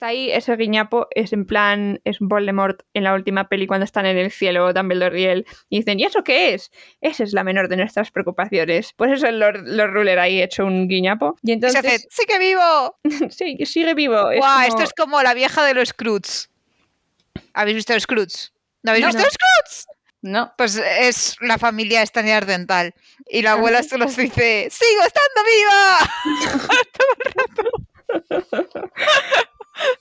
Está ahí ese guiñapo, es en plan, es Voldemort en la última peli cuando están en el cielo, Dumbledore y él, y dicen, ¿y eso qué es? Esa es la menor de nuestras preocupaciones. Pues eso es Lord, Lord Ruler ahí hecho un guiñapo. Y Y se entonces... hace, ¡sí que vivo! sí, sigue vivo. Es Guau, como- esto es como la vieja de los Scrooge. ¿Habéis visto los Scrooge? ¿No habéis No, visto no. los Scrooge? No. Pues es la familia estañar dental. Y la abuela Ajá. se los dice, ¡sigo estando viva!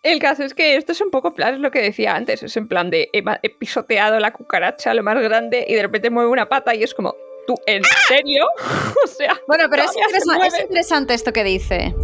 El caso es que esto es un poco plan, es lo que decía antes, es en plan de he, ma- he pisoteado la cucaracha lo más grande y de repente mueve una pata y es como, ¿tú en serio? o sea, Bueno, pero es, Todavía se interesa- es mueve. interesante esto que dice.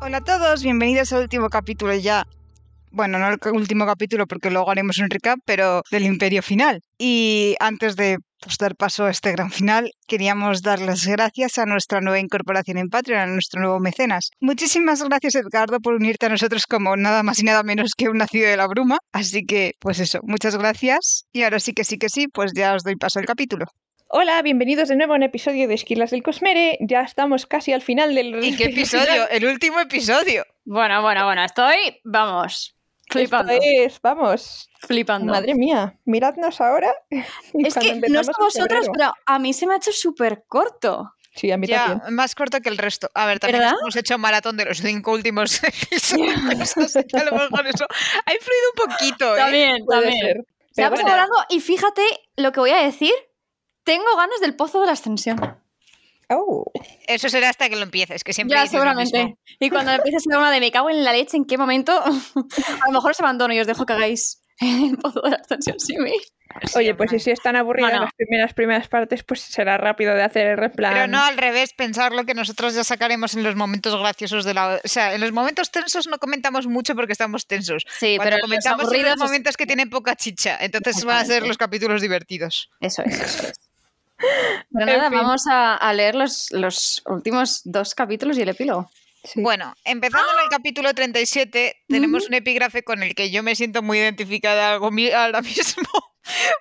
Hola a todos, bienvenidos al último capítulo ya. Bueno, no el ca- último capítulo porque luego haremos un recap, pero del Imperio Final. Y antes de pues, dar paso a este gran final, queríamos dar las gracias a nuestra nueva incorporación en Patreon, a nuestro nuevo mecenas. Muchísimas gracias, Edgardo, por unirte a nosotros como nada más y nada menos que un nacido de la bruma. Así que, pues eso, muchas gracias. Y ahora sí que sí que sí, pues ya os doy paso al capítulo. hola, bienvenidos de nuevo a un episodio de Esquilas del Cosmere, ya estamos casi al final del... El último episodio. Bueno, bueno, bueno, estoy, vamos, Esto flipando, es, vamos, flipando. madre mía, miradnos ahora. es cuando que no empezamos es en a vosotros, febrero. pero a mí se me ha hecho súper corto. Sí, a mí también. Ya, más corto que el resto. A ver, también ¿Verdad? hemos hecho maratón de los cinco últimos episodios, así que a lo mejor eso ha influido un poquito. ¿eh? También, Puede también. ser. Se ha Pero pasado bueno, hablando y fíjate lo que voy a decir. Tengo ganas del pozo de la ascensión. au. Eso Eso será hasta que lo empieces, que siempre Ya, dices lo seguramente. mismo. Y cuando empieces a dar una de me cago en la leche, ¿en qué momento? a lo mejor os abandono y os dejo que hagáis el pozo de la ascensión sin mí. Oye, pues y si están aburridas Bueno. las primeras primeras partes, pues será rápido de hacer el replan. Pero no al revés, pensar lo que nosotros ya sacaremos en los momentos graciosos de la... O sea, en los momentos tensos no comentamos mucho porque estamos tensos. Sí, Cuando pero los comentamos en aburridos... los momentos que tienen poca chicha, entonces van a ser los capítulos divertidos. Eso es, eso es. Pero En nada, fin. vamos a, a leer los, los últimos dos capítulos y el epílogo. Sí. Bueno, empezando en el capítulo 37, tenemos un epígrafe con el que yo me siento muy identificada algo mi- ahora mismo,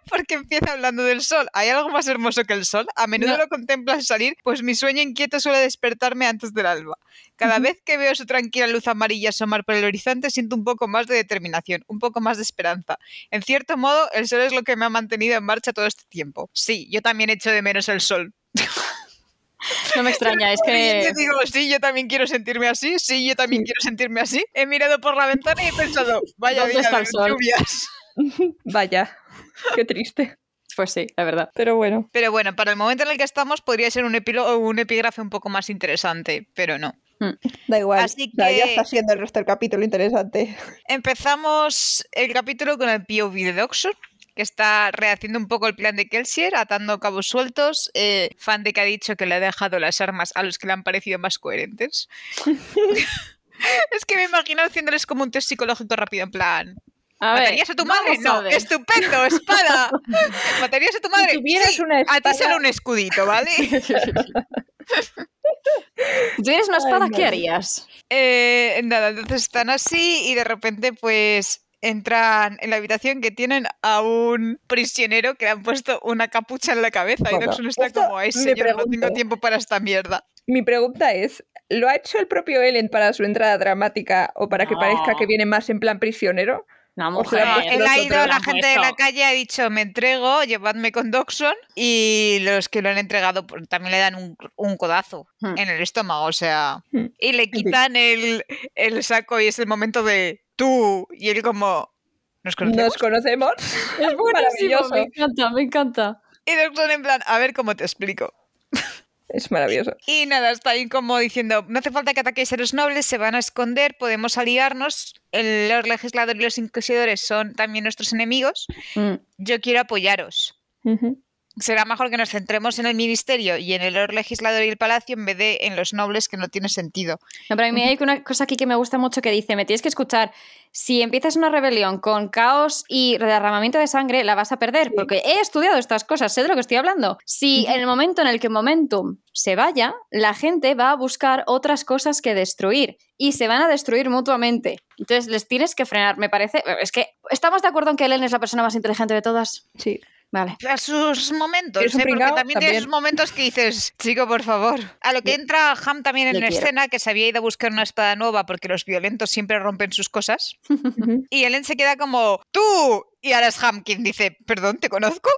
porque empieza hablando del sol. ¿Hay algo más hermoso que el sol? A menudo No. lo contemplo al salir, pues mi sueño inquieto suele despertarme antes del alba. Cada vez que veo su tranquila luz amarilla asomar por el horizonte, siento un poco más de determinación, un poco más de esperanza. En cierto modo, el sol es lo que me ha mantenido en marcha todo este tiempo. Sí, yo también echo de menos el sol. No me extraña, es que... Yo digo, sí, yo también quiero sentirme así, sí, yo también quiero sentirme así. He mirado por la ventana y he pensado, vaya ¿Dónde día está de el sol? lluvias. Vaya, qué triste. Pues sí, la verdad. Pero bueno, Pero bueno, para el momento en el que estamos podría ser un, epílogo, un epígrafe un poco más interesante, pero no. da igual. Así Da, Ya que- está siendo el resto del capítulo interesante. Empezamos el capítulo con el POV de Oxford, que está rehaciendo un poco el plan de Kelsier, atando cabos sueltos. Eh, fan de que ha dicho que le ha dejado las armas a los que le han parecido más coherentes. es que me imagino haciéndoles como un test psicológico rápido, en plan, A ver, ¿Matarías a tu madre? vamos a No, ver. estupendo, espada. ¿Matarías a tu madre? tuvieras Sí, una A ti espada- sale un escudito, ¿vale? Si tuvieras una Ay, espada, ¿qué madre. harías? Eh, nada, entonces están así y de repente pues entran en la habitación que tienen a un prisionero que le han puesto una capucha en la cabeza y Bueno, Doxon está esto como, ay me señor, no tengo pregunto. tiempo para esta mierda. Mi pregunta es, ¿lo ha hecho el propio Ellen para su entrada dramática o para que No. parezca que viene más en plan prisionero? No, O sea, Pero No, mujer. pues él los ha otros ido a lo la han gente de la puesto. calle, ha dicho, me entrego, llevadme con Doxon. Y los que lo han entregado pues, también le dan un, un codazo Hmm. en el estómago, o sea... Hmm. Y le quitan el, el saco y es el momento de tú. Y él como, ¿nos conocemos? ¿Nos conocemos? Es buenísimo, Maravilloso. me encanta, me encanta. Y Doxon en plan, a ver cómo te explico. Es maravilloso. Y nada, está ahí como diciendo, no hace falta que ataquéis a los nobles, se van a esconder, podemos aliarnos, el- los legisladores y los inquisidores son también nuestros enemigos, Mm. yo quiero apoyaros. Ujú. Será mejor que nos centremos en el ministerio y en el Lord Legislador y el Palacio en vez de en los nobles, que no tiene sentido. No, pero a mí hay una cosa aquí que me gusta mucho que dice, me tienes que escuchar, si empiezas una rebelión con caos y derramamiento de sangre, la vas a perder, Sí. porque he estudiado estas cosas, sé de lo que estoy hablando. Si en el momento en el que Momentum se vaya, la gente va a buscar otras cosas que destruir y se van a destruir mutuamente. Entonces les tienes que frenar, me parece. Es que estamos de acuerdo en que Ellen es la persona más inteligente de todas. Sí. Vale. A sus momentos, Es un ¿eh? porque pringao, también, tiene también. sus momentos que dices, chico, por favor. A lo que entra Ham también Le en quiero. escena, que se había ido a buscar una espada nueva porque los violentos siempre rompen sus cosas. Ujú. Y Ellen se queda como, ¡tú! Y ahora es Ham quien dice, ¿perdón, te conozco?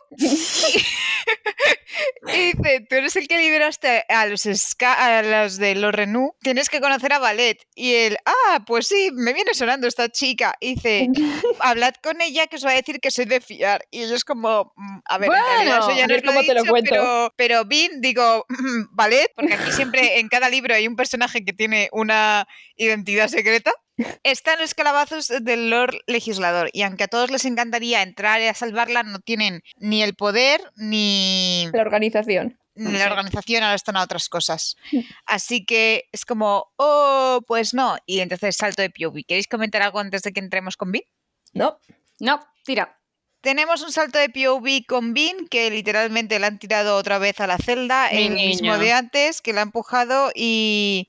y dice, tú eres el que liberaste a los, Ska- a los de los Renú, tienes que conocer a Ballet. Y él, ah, pues sí, me viene sonando esta chica. Y dice, hablad con ella que os va a decir que soy de fiar. Y ellos como, "Mm, a ver, en realidad Bueno, eso ya a no ver cómo te lo cuento. Pero, pero Vin, digo, Ballet, porque aquí siempre en cada libro hay un personaje que tiene una identidad secreta. Están los calabazos del Lord Legislador y aunque a todos les encantaría entrar a salvarla, no tienen ni el poder ni La organización. ni la Sí. organización, ahora están a otras cosas. Sí. Así que es como, oh, pues no. Y entonces salto de POV. ¿Queréis comentar algo antes de que entremos con Vin? No. No, tira. Tenemos un salto de POV con Vin que literalmente le han tirado otra vez a la celda, Mi el mismo niño. de antes, que la ha empujado y,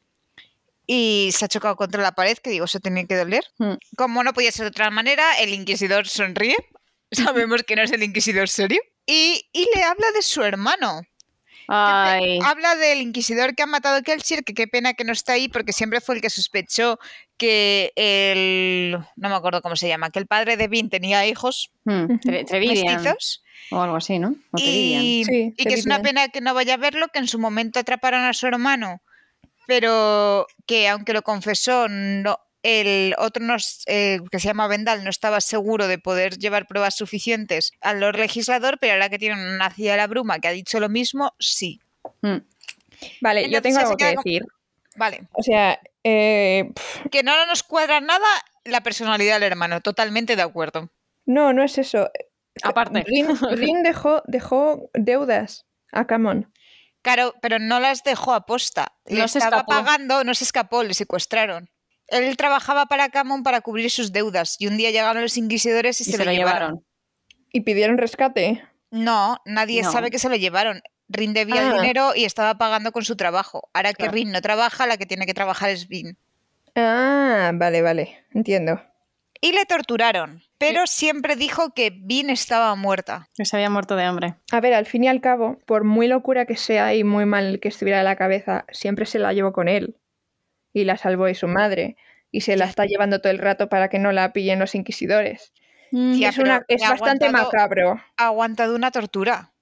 y se ha chocado contra la pared, que digo, eso tenía que doler. Mm. Como no podía ser de otra manera, el inquisidor sonríe. Sabemos que no es el inquisidor serio. Y, y le habla de su hermano. Ay. Habla del inquisidor que ha matado a Kelsier, que qué pena que no está ahí, porque siempre fue el que sospechó que el... No me acuerdo cómo se llama, que el padre de Vin tenía hijos Mm, Tre- Trevidian. mestizos. O algo así, ¿no? O Trevidian. Y, Sí, y que es una Trevidian. pena que no vaya a verlo, que en su momento atraparon a su hermano, pero que aunque lo confesó, no, el otro no es- eh, que se llama Vendal no estaba seguro de poder llevar pruebas suficientes al Lord Legislador, pero ahora que tienen una nacida de la bruma que ha dicho lo mismo, sí. Mm. Vale, yo Entonces, tengo así algo que queda como- decir. Vale, O sea, eh, pf, que no nos cuadra nada la personalidad del hermano, totalmente de acuerdo. no, no es eso. Aparte. Rin, Rin dejó, dejó deudas a Camon. Claro, pero no las dejó a posta. Le No se estaba escapó. pagando, no se escapó, le secuestraron. Él trabajaba para Camon para cubrir sus deudas y un día llegaron los inquisidores y, Y se, lo llevaron. Y pidieron rescate. No, nadie No. sabe que se lo llevaron. Rin debía el Ah. dinero y estaba pagando con su trabajo. Ahora que Claro. Rin no trabaja, la que tiene que trabajar es Vin. Ah, vale, vale. Entiendo. Y le torturaron, pero siempre dijo que Vin estaba muerta. Que se había muerto de hambre. A ver, al fin y al cabo, por muy locura que sea y muy mal que estuviera de la cabeza, siempre se la llevó con él. Y la salvó de su madre. Y se la está llevando todo el rato para que no la pillen los inquisidores. Tía, es una- pero es le ha bastante aguantado- macabro. Ha aguantado una tortura.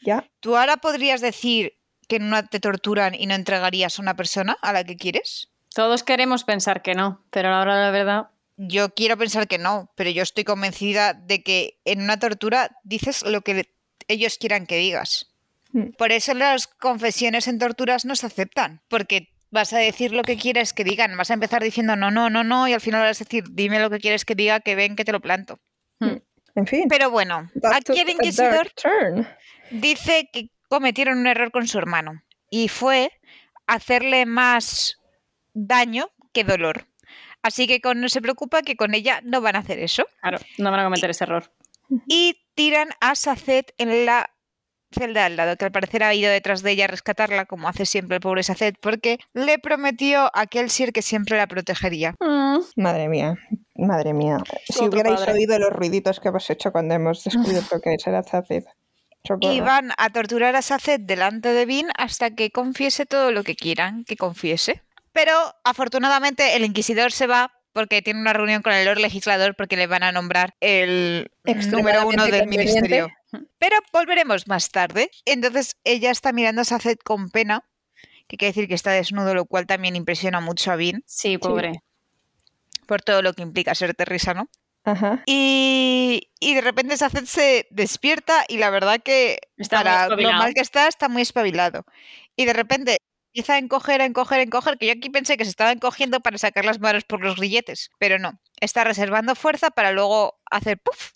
¿Ya? ¿Tú ahora podrías decir que no te torturan y no entregarías a una persona a la que quieres? Todos queremos pensar que no, pero a la hora de la verdad. Yo quiero pensar que no, pero yo estoy convencida de que en una tortura dices lo que le- ellos quieran que digas. Mm. Por eso las confesiones en torturas no se aceptan, porque vas a decir lo que quieres que digan, vas a empezar diciendo no, no, no, no, y al final vas a decir dime lo que quieres que diga, que ven que te lo planto. En fin. Pero bueno, that aquí took el a inquisidor dark turn. dice que cometieron un error con su hermano y fue hacerle más daño que dolor. Así que con no se preocupa que con ella no van a hacer eso. Claro, no van a cometer ese error. y tiran a Sacet en la celda de al lado, que al parecer ha ido detrás de ella a rescatarla, como hace siempre el pobre Sacet, porque le prometió a Kelsier que siempre la protegería. Mm. Madre mía, madre mía. Si Otro hubierais padre. oído los ruiditos que hemos hecho cuando hemos descubierto que era Chazid. Ah. Y van a torturar a Sacet delante de Vin hasta que confiese todo lo que quieran que confiese. Pero afortunadamente el inquisidor se va porque tiene una reunión con el Lord Legislador porque le van a nombrar el número uno Extremadamente del conveniente. ministerio. Pero volveremos más tarde. Entonces ella está mirando a Saced con pena, que quiere decir que está desnudo, lo cual también impresiona mucho a Vin Sí, pobre. por todo lo que implica ser terrisano. Ajá. Y, y de repente Saced se despierta y la verdad que Está muy para lo espabilado. mal que está, está muy espabilado. y de repente empieza a encoger, a encoger, a encoger, que yo aquí pensé que se estaba encogiendo para sacar las manos por los grilletes, pero no, está reservando fuerza para luego hacer puff.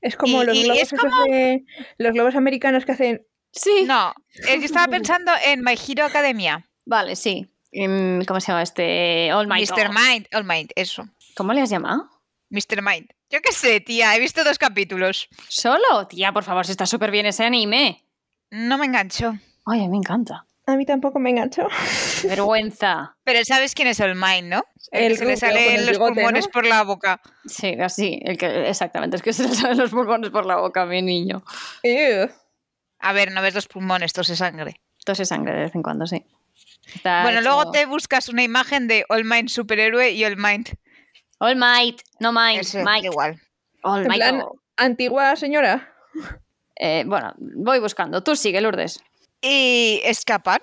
Es como Y- los y globos es esos de- los globos americanos que hacen Sí. No, eh, yo estaba pensando en My Hero Academia, Vale, sí. Em, ¿Cómo se llama este? Oh All Might. Mr. Mind, All Mind, eso, ¿Cómo le has llamado? Mr. Mind. Yo qué sé, tía, he visto dos capítulos. ¿Solo? Tía, por favor, si está súper bien ese anime. No me enganchó. Ay, a mí me encanta. a mí tampoco me enganchó. Qué Vergüenza. Pero sabes quién es All Mind, ¿no? El, El que se le rubio con salen el los bigote, pulmones ¿no? por la boca. Sí, así, el que, exactamente, es que se le salen los pulmones por la boca, mi niño. Ew. A ver, no ves los pulmones, tose sangre. Tose sangre de vez en cuando, sí. Está bueno, hecho- luego te buscas una imagen de All Mind superhéroe y All Mind. All Might, no Might, Ese, da Might. igual. All En Might. plan- oh. Antigua señora. Eh, bueno, voy buscando. Tú sigue, Lourdes. Y escapan.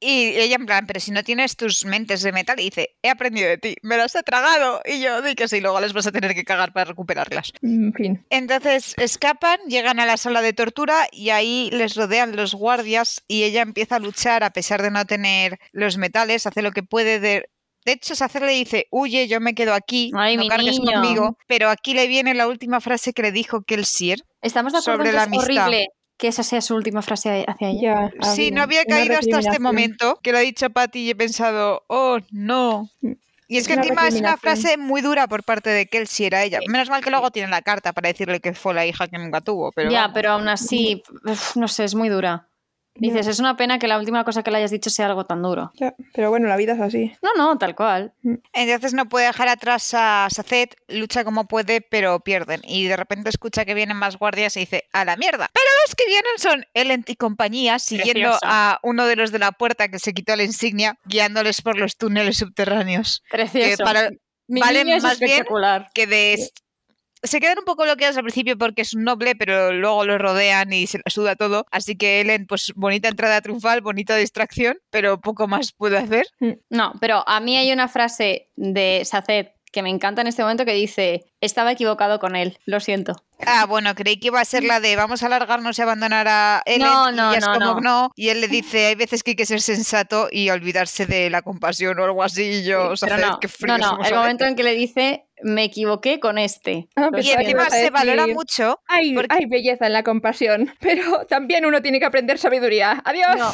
Y ella en plan, pero si no tienes tus mentes de metal, y dice, he aprendido de ti, me las he tragado. Y yo, di que sí, luego las vas a tener que cagar para recuperarlas. Mm, En fin. Entonces escapan, llegan a la sala de tortura y ahí les rodean los guardias y ella empieza a luchar a pesar de no tener los metales, hace lo que puede de... De hecho, Sacer le dice, huye, yo me quedo aquí, Ay, no mi cargues niño. conmigo. Pero aquí le viene la última frase que le dijo Kelsier. Estamos de acuerdo Sobre en que la es amistad. horrible que esa sea su última frase hacia ella. Ya. sí, había no había una caído hasta este recriminación. momento, que lo ha dicho Patty y he pensado, oh, no. Y es que Mm, Una encima es una recriminación. frase muy dura por parte de Kelsier a ella. Menos mal que luego tiene la carta para decirle que fue la hija que nunca tuvo, pero... ya, vamos. pero aún así, uf, no sé, es muy dura. Dices, es una pena que la última cosa que le hayas dicho sea algo tan duro. Ya, Pero bueno, la vida es así. No, no, tal cual. Entonces no puede dejar atrás a Sacet, lucha como puede, pero pierden. Y de repente escucha que vienen más guardias y dice, a la mierda. Pero los que vienen son Ellen y compañía, siguiendo Precioso. a uno de los de la puerta que se quitó la insignia, guiándoles por los túneles subterráneos. Que Precioso. para- Mi valen niño es más bien- espectacular. que de- Se quedan un poco bloqueados al principio porque es un noble, pero luego lo rodean y se lo suda todo. Así que Ellen, pues bonita entrada triunfal, bonita distracción, pero poco más puede hacer. No, pero a mí hay una frase de Sacet que me encanta en este momento que dice, estaba equivocado con él, lo siento. Ah, bueno, creí que iba a ser la de vamos a alargarnos y abandonar a Ellen. No, y no, ella es no, como no. Y él le dice, hay veces que hay que ser sensato y olvidarse de la compasión o algo así. Y yo, o sea, Pero no, qué frío no, no, el momento en que le dice, me equivoqué con este. Ah, Lo pero Y Pensaba siento. que encima ibas a se valora decir- mucho. Hay, Porque- hay belleza en la compasión, pero también uno tiene que aprender sabiduría. ¡Adiós! No.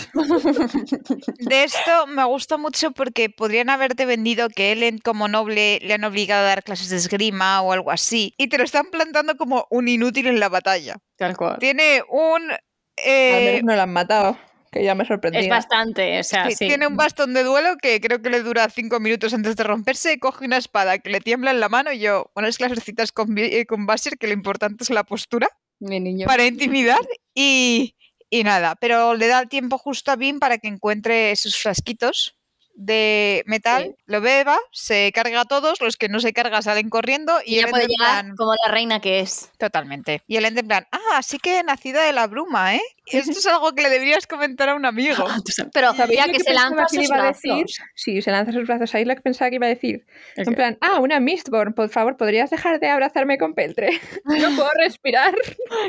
De esto me gusta mucho porque podrían haberte vendido que Ellen como noble le han obligado a dar clases de esgrima o algo así. Y te lo están plantando como un inútil en la batalla. Tal cual. Tiene un... Al eh, menos no la han matado, que ya me sorprendía. Es bastante, o sea, Sí, sí. Tiene un bastón de duelo que creo que le dura cinco minutos antes de romperse, coge una espada que le tiembla en la mano y yo, unas clasecitas con, bi- eh, con Basher que lo importante es la postura Mi niño. para intimidar y, y nada, pero le da el tiempo justo a Bim para que encuentre sus frasquitos de metal, lo beba, se carga a todos, los que no se carga salen corriendo y, Y ya el puede Ender en llegar plan- como la reina que es. Totalmente. Y el Ender en plan, ah, así que nacida de la bruma, ¿eh? Esto es algo que le deberías comentar a un amigo. Pero ¿Sabéis ya lo que se pensaba lanza a que le sus iba a brazos. decir? Sí, se lanza a sus brazos. Ahí lo que pensaba que iba a decir. En plan, ah, una Mistborn, por favor, ¿podrías dejar de abrazarme con Peltre? No puedo respirar.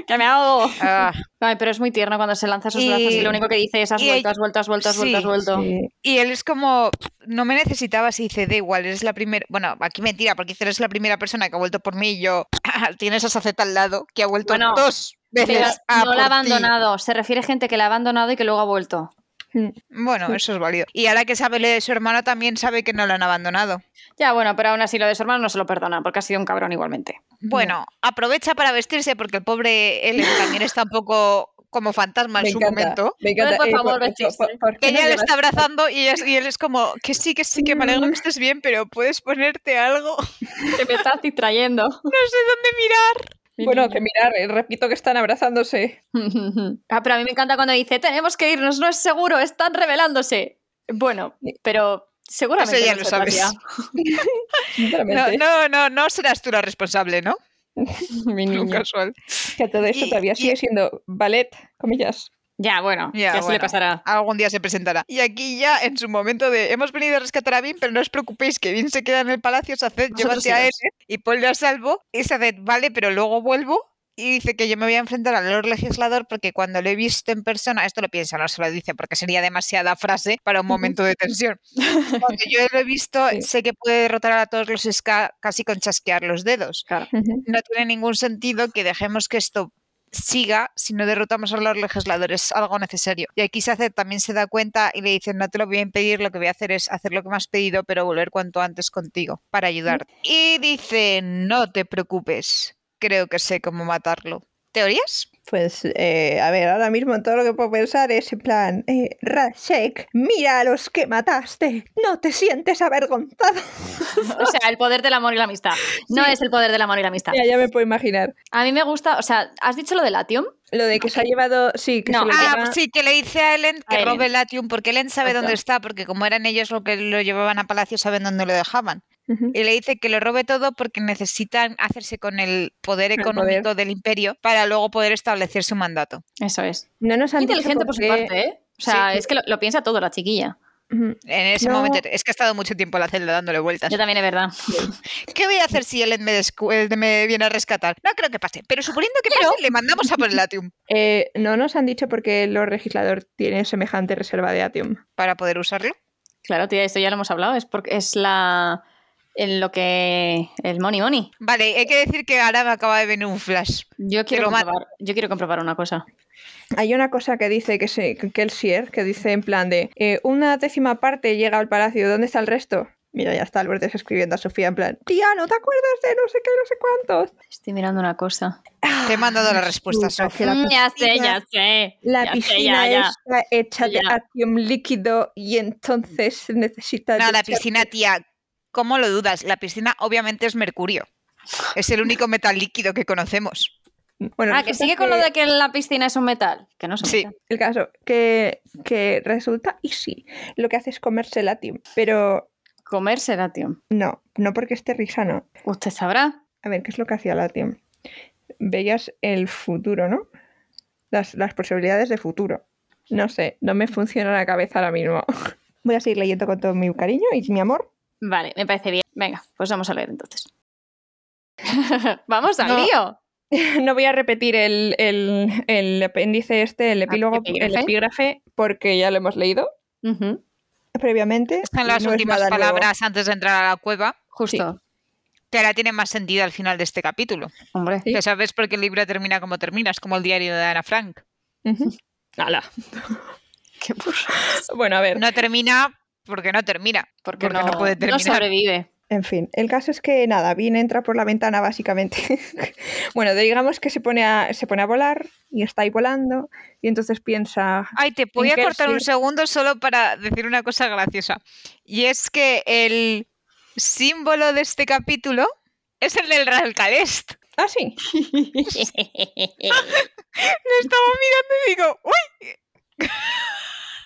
¡Que me ahogo! Ah. Ay, pero es muy tierno cuando se lanza a sus Y- brazos y lo único que dice es has y vuelto, ella- has vuelto, has vuelto, has vuelto, has Sí, vuelto. Y él es como, no me necesitabas y dice, da igual, eres la primera, bueno, aquí mentira, porque dice, eres la primera persona que ha vuelto por mí y yo, tienes a Saceta al lado, que ha vuelto Bueno, dos veces Pero a no la ha por ti". abandonado. Se refiere gente que la ha abandonado y que luego ha vuelto. Mm, Bueno, eso es válido. Y ahora que sabe lo de su hermano, también sabe que no lo han abandonado. Ya, bueno, pero aún así lo de su hermano no se lo perdona porque ha sido un cabrón igualmente. Bueno, aprovecha para vestirse porque el pobre Ellen también está un poco como fantasma en me su encanta. momento. Me encanta. por Eh, favor, vestirse. por qué Que no ella le llevas- está abrazando y, ella- y él es como, que sí, que sí, que me alegro que estés bien, pero puedes ponerte algo, no Que me estás distrayendo. sé dónde mirar. Bueno, que mirar, eh, repito que están abrazándose. ah, pero a mí me encanta cuando dice tenemos que irnos, no es seguro, están revelándose. Bueno, pero seguramente Eso ya no lo se trataría. No, Sinceramente. no, no, no serás tú la responsable, ¿no? Mi Un niño. casual. Que todo eso Y- todavía y- sigue siendo ballet, comillas. Ya, bueno, Ya, ya, se le bueno. pasará. Algún día se presentará. Y aquí ya en su momento de hemos venido a rescatar a Vin, pero no os preocupéis que Vin se queda en el palacio, Saced, Vosotros llévate a él iros. y ponle a salvo. Y Saced, vale, pero luego vuelvo. y dice que yo me voy a enfrentar al Lord Legislador porque cuando lo he visto en persona, esto lo piensa, no se lo dice porque sería demasiada frase para un momento de tensión. Cuando yo lo he visto, Sí. sé que puede derrotar a todos los Ska casi con chasquear los dedos. Claro. Ujú. No tiene ningún sentido que dejemos que esto siga si no derrotamos a los legisladores, es algo necesario. Y aquí se hace, también se da cuenta y le dicen, no te lo voy a impedir, lo que voy a hacer es hacer lo que me has pedido, pero volver cuanto antes contigo para ayudarte. Y dice, no te preocupes, creo que sé cómo matarlo. ¿Teorías? Pues, eh, a ver, ahora mismo todo lo que puedo pensar es en plan, eh, Rashek, mira a los que mataste, no te sientes avergonzado. O sea, el poder del amor y la amistad. No es el poder del amor y la amistad. Ya, ya me puedo imaginar. A mí me gusta, o sea, ¿has dicho lo de Latium? Lo de que se ha llevado. Sí, que No, se lo Ah, lleva- sí, que le dice a Ellen Pues A que Ellen. robe el Latium, porque Ellen sabe dónde está, porque como eran ellos los que lo llevaban a Palacio, saben dónde lo dejaban. Ujú. y le dice que lo robe todo porque necesitan hacerse con el poder El económico poder. del imperio para luego poder establecer su mandato. Eso es. No nos han dicho Inteligente por su qué- parte, ¿eh? O sea, Sí. es que lo, lo piensa todo la chiquilla. eh. Ujú. En ese No. momento, es que ha estado mucho tiempo en la celda dándole vueltas. Yo también, es verdad. ¿Qué voy a hacer si Ellen me, descu- eh, me viene a rescatar? No creo que pase, pero suponiendo que Pero- pase, le mandamos a por el Latium Eh, no nos han dicho por qué el Lord Legislador tiene semejante reserva de Atium. para poder usarlo. Claro, tía, esto ya lo hemos hablado. Es porque es la. En lo que. El money money. Vale, hay que decir que ahora me acaba de venir un flash. Yo quiero, lo mato. comprobar, yo quiero comprobar una cosa. Hay una cosa que dice que, se, que el Sier, que dice en plan de eh, una décima parte llega al palacio, ¿dónde está el resto? Mira, ya está Albert escribiendo a Sofía en plan, tía, ¿no te acuerdas de no sé qué, no sé cuántos? Estoy mirando una cosa. Te he mandado la respuesta, Puta, Sof. que la Mm, ya sé, piscina- ya sé. La ya sé, piscina ya, ya. está hecha de Ya. atium líquido y entonces necesita... No, la ducharte. piscina, tía, ¿cómo lo dudas? La piscina obviamente es mercurio. Es el único metal líquido que conocemos. Bueno, Ah, que resulta sigue con lo de que la piscina es un metal. Que no es un Sí. metal. El caso, que, que resulta y sí, lo que hace es comerse el atium, pero Comerse Latium. no, no porque esté risano. Usted sabrá. A ver, ¿qué es lo que hacía Latium? Veías el futuro, ¿no? Las, las posibilidades de futuro. No sé, no me funciona la cabeza ahora mismo. Voy a seguir leyendo con todo mi cariño y mi amor. Vale, me parece bien. Venga, pues vamos a leer entonces. vamos al No. lío. No voy a repetir el, el, el apéndice este, Ah, el epílogo, el epígrafe. epígrafe, porque ya lo hemos leído Ujú, previamente. Están y las no es últimas nada nuevo. palabras antes de entrar a la cueva, Justo. que ahora tiene más sentido al final de este capítulo. Hombre. Sí. Que sabes por qué el libro termina como termina, es como el diario de Ana Frank. Ujú. Ala. Qué burro. Bueno, a ver. No termina porque no termina. Porque, Porque no, no puede no terminar. sobrevive. En fin, el caso es que nada, Vin entra por la ventana básicamente. bueno, digamos que se pone, a, se pone a volar y está ahí volando y entonces piensa... Ay, te voy a Tinker, cortar un sí. segundo solo para decir una cosa graciosa. Y es que el símbolo de este capítulo es el del Ralcalest. Ah, sí. Lo estaba mirando y digo, ¡uy!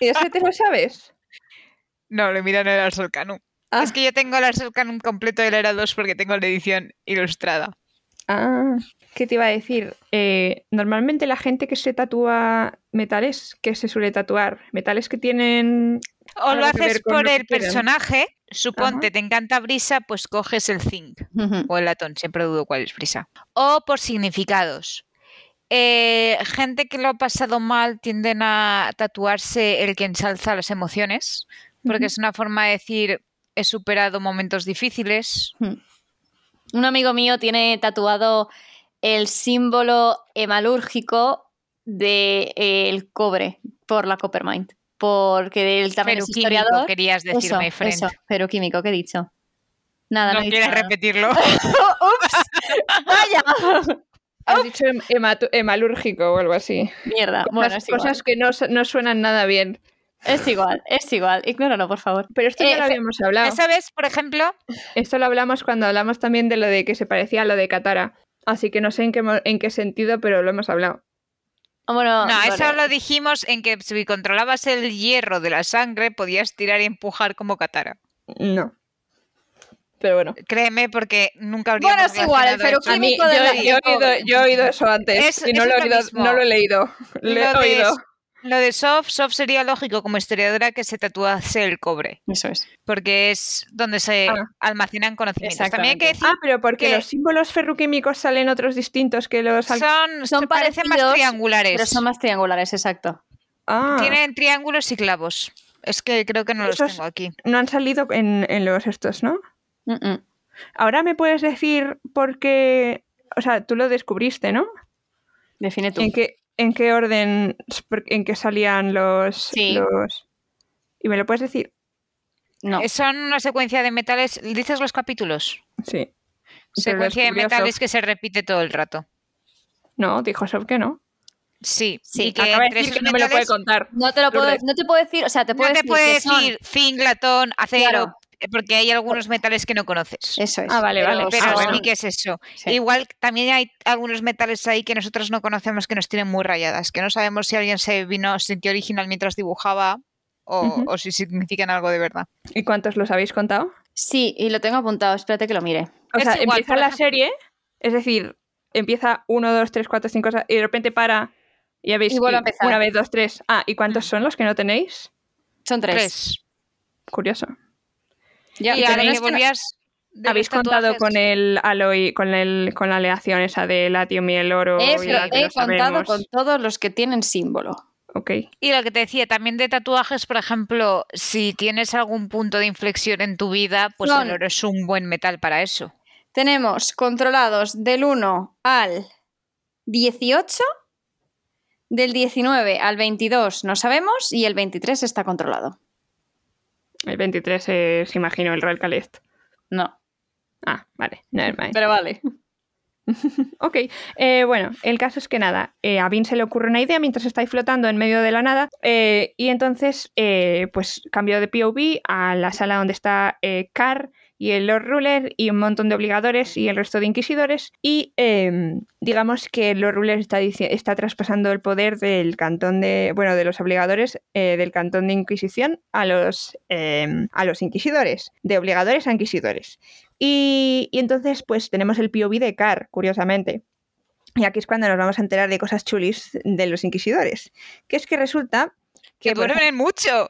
¿Y ese te lo sabes? No, lo miran en el Arsolcanum. Ah. Es que yo tengo el Arsolcanum completo del Era 2 porque tengo la edición ilustrada. Ah, ¿qué te iba a decir? Eh, normalmente la gente que se tatúa metales, que se suele tatuar, metales que tienen... O lo algo que ver haces con lo por que el quieran. personaje, suponte, Ajá. te encanta Brisa, pues coges el Zinc Ujú. o el Latón, siempre dudo cuál es Brisa. O por significados. Eh, gente que lo ha pasado mal tienden a tatuarse el que ensalza las emociones, porque Ujú. es una forma de decir he superado momentos difíciles. Un amigo mío tiene tatuado el símbolo hemalúrgico del cobre por la Coppermine. Porque él también es Ferroquímico, historiador. querías decir, Eso, my friend. eso, ferroquímico, ¿qué he dicho? Nada, No he dicho quieres nada. repetirlo. ¡Ups! ¡Vaya! Has dicho hem- hematu- hemalúrgico o algo así. Mierda. Ah, Bueno, Las es cosas igual. que no, su- no suenan nada bien. Es igual, es igual. Ignóralo, por favor. Pero esto ya Eh, lo fe- habíamos hablado. Esa vez, por ejemplo, Esto lo hablamos cuando hablamos también de lo de que se parecía a lo de Katara. Así que no sé en qué, mo- en qué sentido, pero lo hemos hablado. Ah, Bueno, no, eso vale. lo dijimos en que si controlabas el hierro de la sangre podías tirar y empujar como Katara. No. Pero bueno. Créeme, porque nunca habríamos Bueno, es igual, el relacionado A mí, Químico yo, de la- yo he oído, yo he oído eso antes Es- y no es lo, he lo oído- mismo. no lo he leído. Lo he Lo de- oído. lo de Sof, Sof sería lógico como historiadora que se tatuase el cobre, Eso es. porque es donde se Ah. almacenan conocimientos. También hay que decir Ah, pero porque ¿Qué? los símbolos ferroquímicos salen otros distintos que los... al- son, Ah, Son se parecen más parecidos, triangulares. Pero son más triangulares, exacto. Ah, Tienen triángulos y clavos. Es que creo que no los Esos- tengo aquí. no han salido en, en los estos, ¿no? Mm, mm. Ahora me puedes decir por qué... O sea, tú lo descubriste, ¿no? Define tú. ¿En qué, en qué orden, en qué salían los, Sí. los- ¿Y me lo puedes decir? No. Eh, Son una secuencia de metales. ¿Dices los capítulos? Sí. Pero lo Secuencia de descubrió metales Sof. que se repite todo el rato. No, dijo Sof que no. Sí, Sí, y que Acaba de entre decir que esos no me lo puede metales contar. No te lo puedo, Lourdes. no te puedo decir, o sea, te no puedo te decir, puede que son- decir zinc, latón, acero, Claro. eh, porque hay algunos metales que no conoces. Eso es. Ah, vale, Pero vale. sí, Pero ah, sí bueno. que es eso. Sí. Igual también hay algunos metales ahí que nosotros no conocemos que nos tienen muy rayadas, que no sabemos si alguien se vino, se sintió original mientras dibujaba o, Ujú. o si significan algo de verdad. ¿Y cuántos los habéis contado? Sí, y lo tengo apuntado, espérate que lo mire. O Es sea, igual, empieza por la ejemplo- serie, es decir, empieza 1, 2, 3, 4, 5, y de repente para y habéis Y vuelve a empezar. una vez, dos, tres. Ah, ¿y cuántos son los que no tenéis? Son tres. Tres. Curioso. Ya, y pero a no la es que que no- volvías. de ¿Habéis los contado tatuajes, con el aloy, con el con la aleación esa de latium y el oro? He- y la que he no contado sabemos? con todos los que tienen símbolo. Ok. Y lo que te decía, también de tatuajes, por ejemplo, si tienes algún punto de inflexión en tu vida, pues Son- el oro es un buen metal para eso. Tenemos controlados del 1 al 18, del 19 al 22 no sabemos y el 23 está controlado. El 23 es, imagino, el Real Calest. No, Ah, vale. Nevermind. pero vale. Ok, eh, bueno, el caso es que nada, eh, a Vin se le ocurre una idea mientras estáis flotando en medio de la nada eh, y entonces eh, pues cambió de POV a la sala donde está eh, Carr y el Lord Ruler y un montón de obligadores y el resto de inquisidores y eh, digamos que el Lord Ruler está, dici- está traspasando el poder del cantón de, bueno, de los obligadores eh, del cantón de Inquisición a los, eh, a los inquisidores, de obligadores a inquisidores. Y, y entonces, pues tenemos el POV de Car, curiosamente. Y aquí es cuando nos vamos a enterar de cosas chulis de los inquisidores. Que es que resulta que Que por ejemplo, duermen mucho.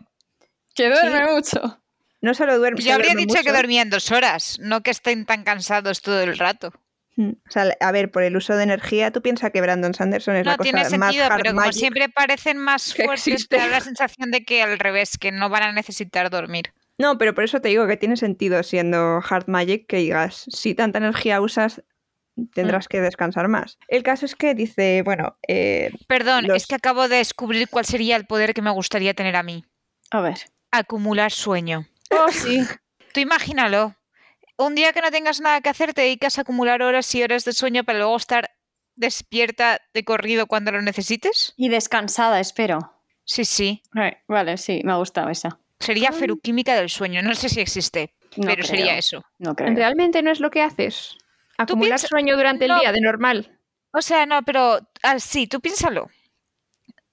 Que duerme mucho. no solo duermen. Yo habría dicho que dormían dos horas, no que estén tan cansados todo el rato. Mm. O sea, a ver, por el uso de energía, tú piensas que Brandon Sanderson es la No cosa tiene más sentido, hard pero como magic? siempre parecen más que fuertes, existe. te da la sensación de que al revés, que no van a necesitar dormir. No, pero por eso te digo que tiene sentido siendo hard magic que digas, si tanta energía usas, tendrás que descansar más. El caso es que dice, bueno, eh, Perdón, Los- es que acabo de descubrir cuál sería el poder que me gustaría tener a mí. A ver. Acumular sueño. Oh, sí. Tú imagínalo. Un día que no tengas nada que hacer, te dedicas a acumular horas y horas de sueño para luego estar despierta de corrido cuando lo necesites. Y descansada, espero. Sí, sí. Right, Vale, sí, me ha gustado esa. Sería feruquímica del sueño. No sé si existe, No pero sería creo, eso. No creo. realmente no es lo que haces. Acumular piensa- sueño durante No. el día de normal. O sea, no, pero ah, sí, tú piénsalo.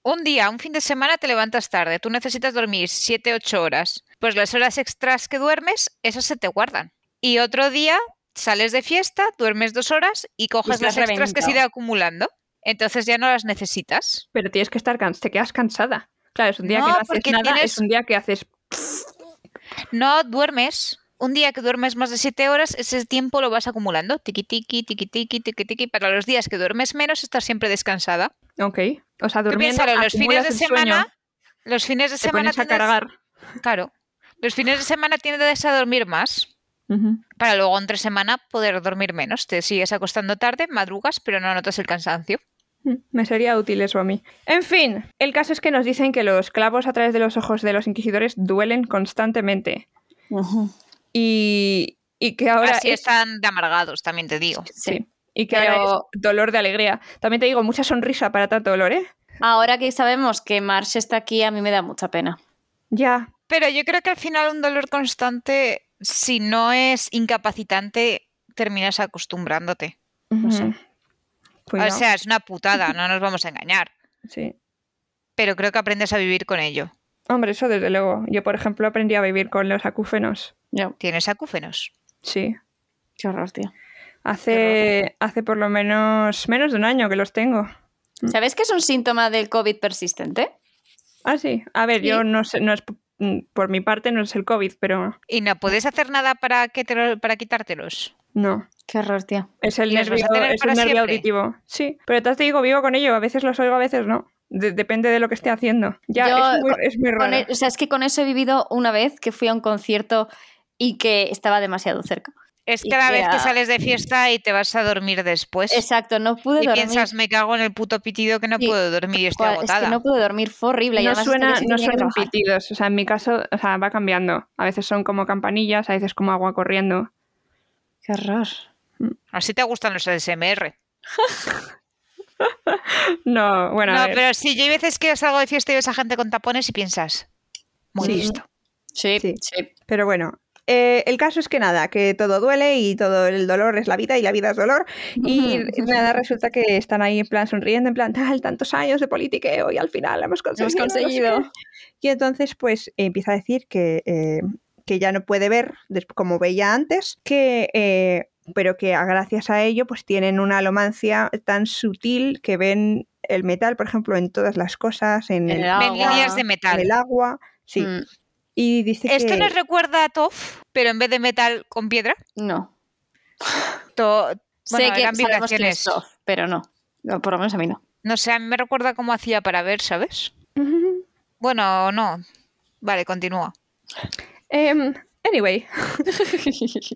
Un día, un fin de semana, te levantas tarde. Tú necesitas dormir 7, 8 horas. Pues las horas extras que duermes, esas se te guardan. Y otro día, sales de fiesta, duermes dos horas y coges estás las extras que se reventado. irá acumulando. Entonces ya no las necesitas. Pero tienes que estar cansada, te quedas cansada. Claro, es un día que No, no haces porque nada, tienes- es un día que haces. No duermes. Un día que duermes más de 7 horas, ese tiempo lo vas acumulando. Tiki tiki, tiki tiki, tiki tiki. Para los días que duermes menos, estás siempre descansada. Ok. O sea, Tú durmiendo. piénsalo, los fines acumulas de el sueño, semana, los fines de te semana pones a tienes- cargar. Claro. Los fines de semana tiendes a dormir más Ujú. para luego entre semana poder dormir menos. Te sigues acostando tarde, madrugas, pero no notas el cansancio. Mm, Me sería útil eso a mí. En fin, el caso es que nos dicen que los clavos a través de los ojos de los inquisidores duelen constantemente. Ujú. Y, y que ahora Así es- están de amargados, también te digo. Sí. Sí. Y que Pero- ahora es dolor de alegría. También te digo, mucha sonrisa para tanto dolor, ¿eh? Ahora que sabemos que Marsh está aquí, a mí me da mucha pena. Ya. Pero yo creo que al final un dolor constante, si no es incapacitante, terminas acostumbrándote. Ujú. sé. O Cuidado. sea, es una putada, no nos vamos a engañar. sí. Pero creo que aprendes a vivir con ello. Hombre, eso desde luego. Yo, por ejemplo, aprendí a vivir con los acúfenos. No, Tienes acúfenos. Sí. qué horror, tío. Hace, hace por lo menos menos de un año que los tengo. ¿Sabéis que es un síntoma del COVID persistente? Ah, sí. A ver, Sí. yo no sé, no es p- mm, por mi parte, no es el COVID, pero ¿Y no puedes hacer nada para, que te lo- para quitártelos? no. Qué horror, tío. Es el ¿Y los vas a nervio, tener es el para nervio siempre? auditivo. Sí, pero te digo, vivo con ello. A veces los oigo, a veces no. De- depende de lo que esté haciendo. Ya, Yo es muy, con- es muy Con raro. e- o sea, es que con eso he vivido una vez que fui a un concierto y que estaba demasiado cerca. Es Y cada vez queda- que sales de fiesta y te vas a dormir después. Exacto, Pues, no pude y dormir. piensas, me cago en el puto pitido que no Sí, puedo dormir y estoy Joder, es agotada. que no pude dormir, fue horrible. y No además este día suena, sí no tenía que suenan trabajar. pitidos. O sea, en mi caso, o sea, va cambiando. A veces son como campanillas, a veces como agua corriendo. Qué horror. Así te gustan los ASMR. No, bueno, a no, ver. pero sí, yo hay veces que salgo de fiesta y ves a gente con tapones y piensas, muy Sí. listo. Sí, Sí. sí. Pero bueno, eh, el caso es que nada, que todo duele y todo el dolor es la vida y la vida es dolor. Y Mm, nada, resulta que están ahí en plan sonriendo, en plan, tal, tantos años de politiqueo y al final lo hemos conseguido. Hemos no sé conseguido. qué". Y entonces pues empieza a decir que, eh, que ya no puede ver, des- como veía antes, que... eh, pero que a- gracias a ello pues tienen una alomancia tan sutil que ven el metal, por ejemplo, en todas las cosas, en, el, En el Ven agua. líneas de en metal. el agua, sí. Mm, Y dice Esto que... nos recuerda a TOF, pero en vez de metal con piedra. no. To- bueno, sé que eran sabemos que es vibraciones. soft, pero no. No, Por lo menos a mí no. No sé, a mí me recuerda cómo hacía para ver, ¿sabes? Ujú. Bueno, no. Vale, continúa. Em, anyway,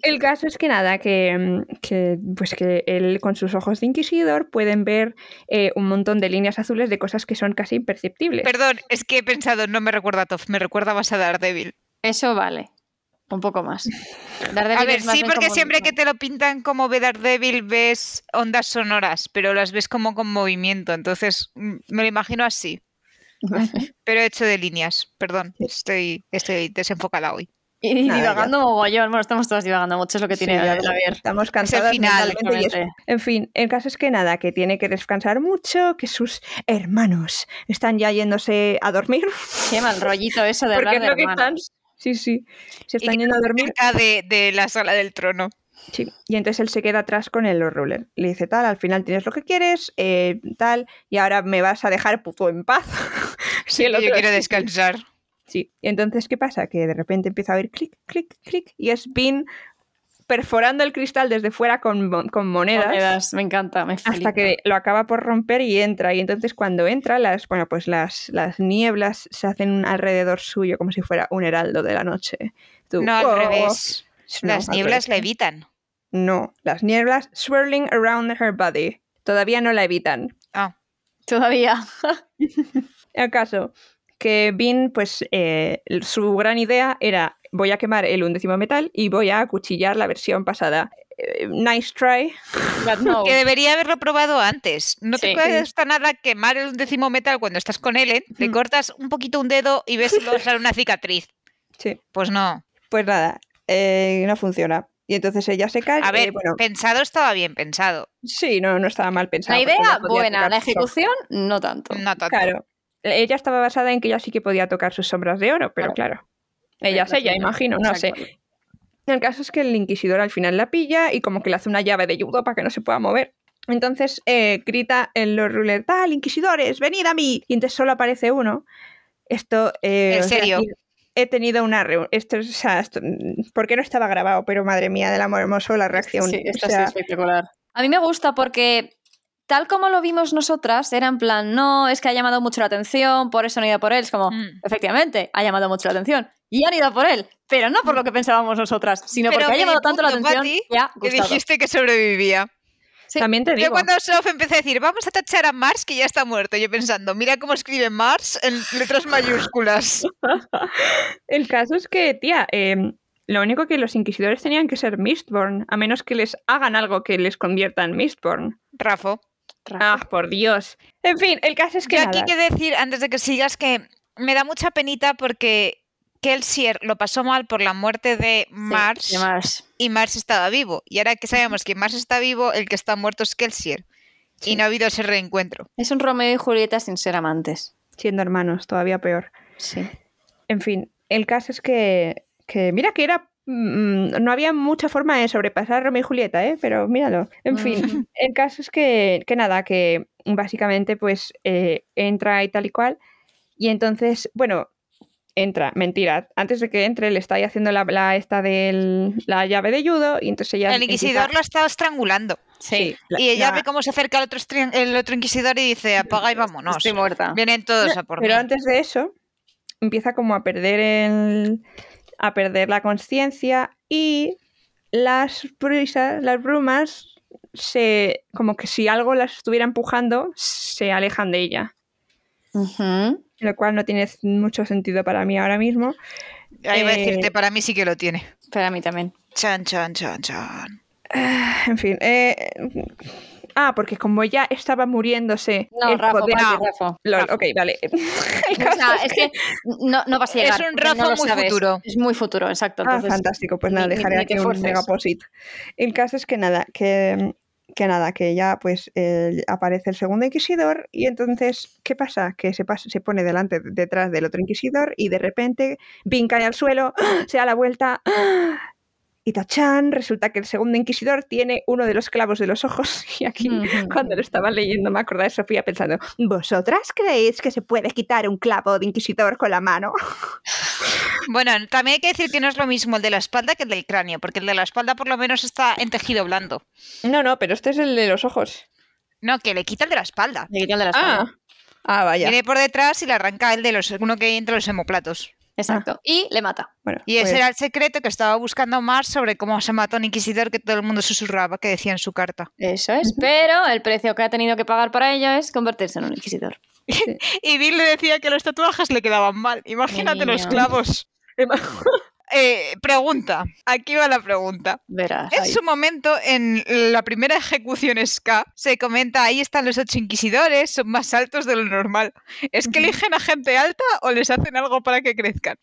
el caso es que nada, que, mm, que, pues que él con sus ojos de inquisidor pueden ver eh, un montón de líneas azules de cosas que son casi imperceptibles. Perdón, es que he pensado, no me recuerda a TOF, me recuerda más a Daredevil. Eso vale. Un poco más. A ver, sí, porque siempre que te lo pintan como ve Daredevil ves ondas sonoras, pero las ves como con movimiento, entonces mm, me lo imagino así, te... pero hecho de líneas, perdón, estoy, estoy desenfocada hoy. y Nada, ya. divagando mogollón. Bueno, estamos todas divagando mucho, es lo que Sí, tiene ya el lo- haber. Estamos cansadas final, mentalmente y es- Realmente. En fin, el caso es que nada, que tiene que descansar mucho, que sus hermanos están ya yéndose a dormir. Qué mal rollito eso de porque hablar es de lo que están. hermanos. Sí, sí. Se Y están que yendo a dormir. Cerca de, de la sala del trono. Sí. Y entonces él se queda atrás con el Lord ruler. Le dice tal, al final tienes lo que quieres, eh, tal, y ahora me vas a dejar puto en paz. Sí, el yo otro- quiero descansar. Sí. Y entonces, ¿qué pasa? Que de repente empieza a oír clic, clic, clic, y es Bin perforando el cristal desde fuera con, mon- con monedas. Monedas, me encanta, me flipa. Hasta que lo acaba por romper y entra. Y entonces cuando entra, las, bueno, pues las, las nieblas se hacen alrededor suyo como si fuera un heraldo de la noche. Tú, No, al "Wow". revés. No, Las al nieblas la revés. evitan. No, las nieblas swirling around her body. Todavía no la evitan. Ah, Todavía. El caso que Bean, pues eh, su gran idea era voy a quemar el undécimo metal y voy a acuchillar la versión pasada. Eh, nice try. But Oh. no. que debería haberlo probado antes. No te Sí. cuesta nada quemar el undécimo metal cuando estás con Ellen, le Mm. cortas un poquito un dedo y ves luego sale una cicatriz. Sí. Pues no. Pues nada, eh, no funciona. Y entonces ella se cae. A ver, eh, bueno, pensado estaba bien pensado. Sí, no, no estaba mal pensado. La porque idea, ella podía buena. tocar Mm, La sus ejecución, no tanto. No tanto. sombras. Claro. Ella estaba basada en que ella sí que podía tocar sus sombras de oro, pero claro. Ella es ella, imagino, no sé. Exacto. El caso es que el inquisidor al final la pilla y como que le hace una llave de judo para que no se pueda mover. Entonces eh, grita en los ruler, tal, inquisidores, venid a mí. Y entonces solo aparece uno. Esto... eh, ¿En o sea, serio? He tenido una reunión. Esto, es- o sea, esto- porque no estaba grabado, pero madre mía, del amor hermoso, la reacción. Sí, o esta sea, es espectacular. A mí me gusta porque tal como lo vimos nosotras, era en plan, no, es que ha llamado mucho la atención, por eso no he ido a por él. Es como, Mm. efectivamente, ha llamado mucho la atención y han ido a por él, pero no por lo que Mm. pensábamos nosotras, sino Pero porque ha qué llamado tanto la punto, atención Patti, que ha Que gustado. dijiste que sobrevivía. Sí. También te Yo digo. cuando Sof empecé a decir, vamos a tachar a Mars que ya está muerto, yo pensando, mira cómo escribe Mars en letras mayúsculas. El caso es que, tía, eh, lo único que los inquisidores tenían que ser Mistborn, a menos que les hagan algo que les convierta en Mistborn. Rafo. Ah, por Dios. En fin, el caso es que Yo nada. aquí que decir, antes de que sigas, que me da mucha penita porque Kelsier lo pasó mal por la muerte de Sí, Mars de Mars. y Mars estaba vivo. Y ahora que sabemos que Mars está vivo, el que está muerto es Kelsier. Y no ha habido ese reencuentro. Es un Romeo y Julieta sin ser amantes. siendo hermanos, todavía peor. Sí. En fin, el caso es que, que mira que era mm, no había mucha forma de sobrepasar a Romeo y Julieta, ¿eh? pero míralo. En Mm. Ujú. fin, el caso es que, que nada, que básicamente pues eh, entra y tal y cual Y entonces, bueno, entra, mentira. Antes de que entre, le está ahí haciendo la, la esta de la llave de judo y entonces ella. El inquisidor empieza- lo ha estado estrangulando. Sí, La- y ella la- ve cómo se acerca el otro, estri- el otro inquisidor y dice, apaga y vámonos. estoy muerta. Vienen todos a por Pero mí. antes de eso, empieza como a perder el. a perder la conciencia y las prisas, las brumas, se. como que si algo las estuviera empujando, se alejan de ella. Ujú. Lo cual no tiene mucho sentido para mí ahora mismo. Ahí va a eh, decirte, para mí sí que lo tiene. Para mí también. Chan, chan, chan, chan. En fin. eh, Ah, porque como ya estaba muriéndose. No, el Rafa, poder- para ti, Rafa. Lol, ok, vale. O sea, es que no, no vas a Es llegar. un porque Rafa no lo muy sabes. futuro. Es muy futuro, exacto. Ah, Entonces, fantástico, pues nada, ni- ni- dejaré ni te aquí un forces. megaposit. El caso es que nada, que, que nada, que ya pues eh, aparece el segundo inquisidor y entonces, ¿qué pasa? Que se, pasa, se pone delante, detrás del otro inquisidor y de repente, Bin cae al suelo, se da la vuelta y tachan, resulta que el segundo inquisidor tiene uno de los clavos de los ojos y aquí... Ujú. Cuando lo estaba leyendo me acordé de Sofía pensando, ¿vosotras creéis que se puede quitar un clavo de inquisidor con la mano? Bueno, también hay que decir que no es lo mismo el de la espalda que el del cráneo, porque el de la espalda por lo menos está en tejido blando. No, no, pero este es el de los ojos. No, que le quita el de la espalda. Le quitan de la espalda. Ah, ah vaya. Viene por detrás y le arranca el de los uno que hay entre los hemoplatos. Exacto. Y le mata. Bueno, Y ese pues, era el secreto que estaba buscando más sobre cómo se mató un inquisidor que todo el mundo susurraba que decía en su carta. Eso es. Pero el precio que ha tenido que pagar para ello es convertirse en un inquisidor. Y Bill le decía que los tatuajes le quedaban mal. Imagínate los Niño. clavos. Eh, pregunta. Aquí va la pregunta. Verás. ¿Eh? En ahí. su momento, en la primera ejecución SK, se comenta, ahí están los ocho inquisidores, son más altos de lo normal. ¿Es que eligen a gente alta o les hacen algo para que crezcan?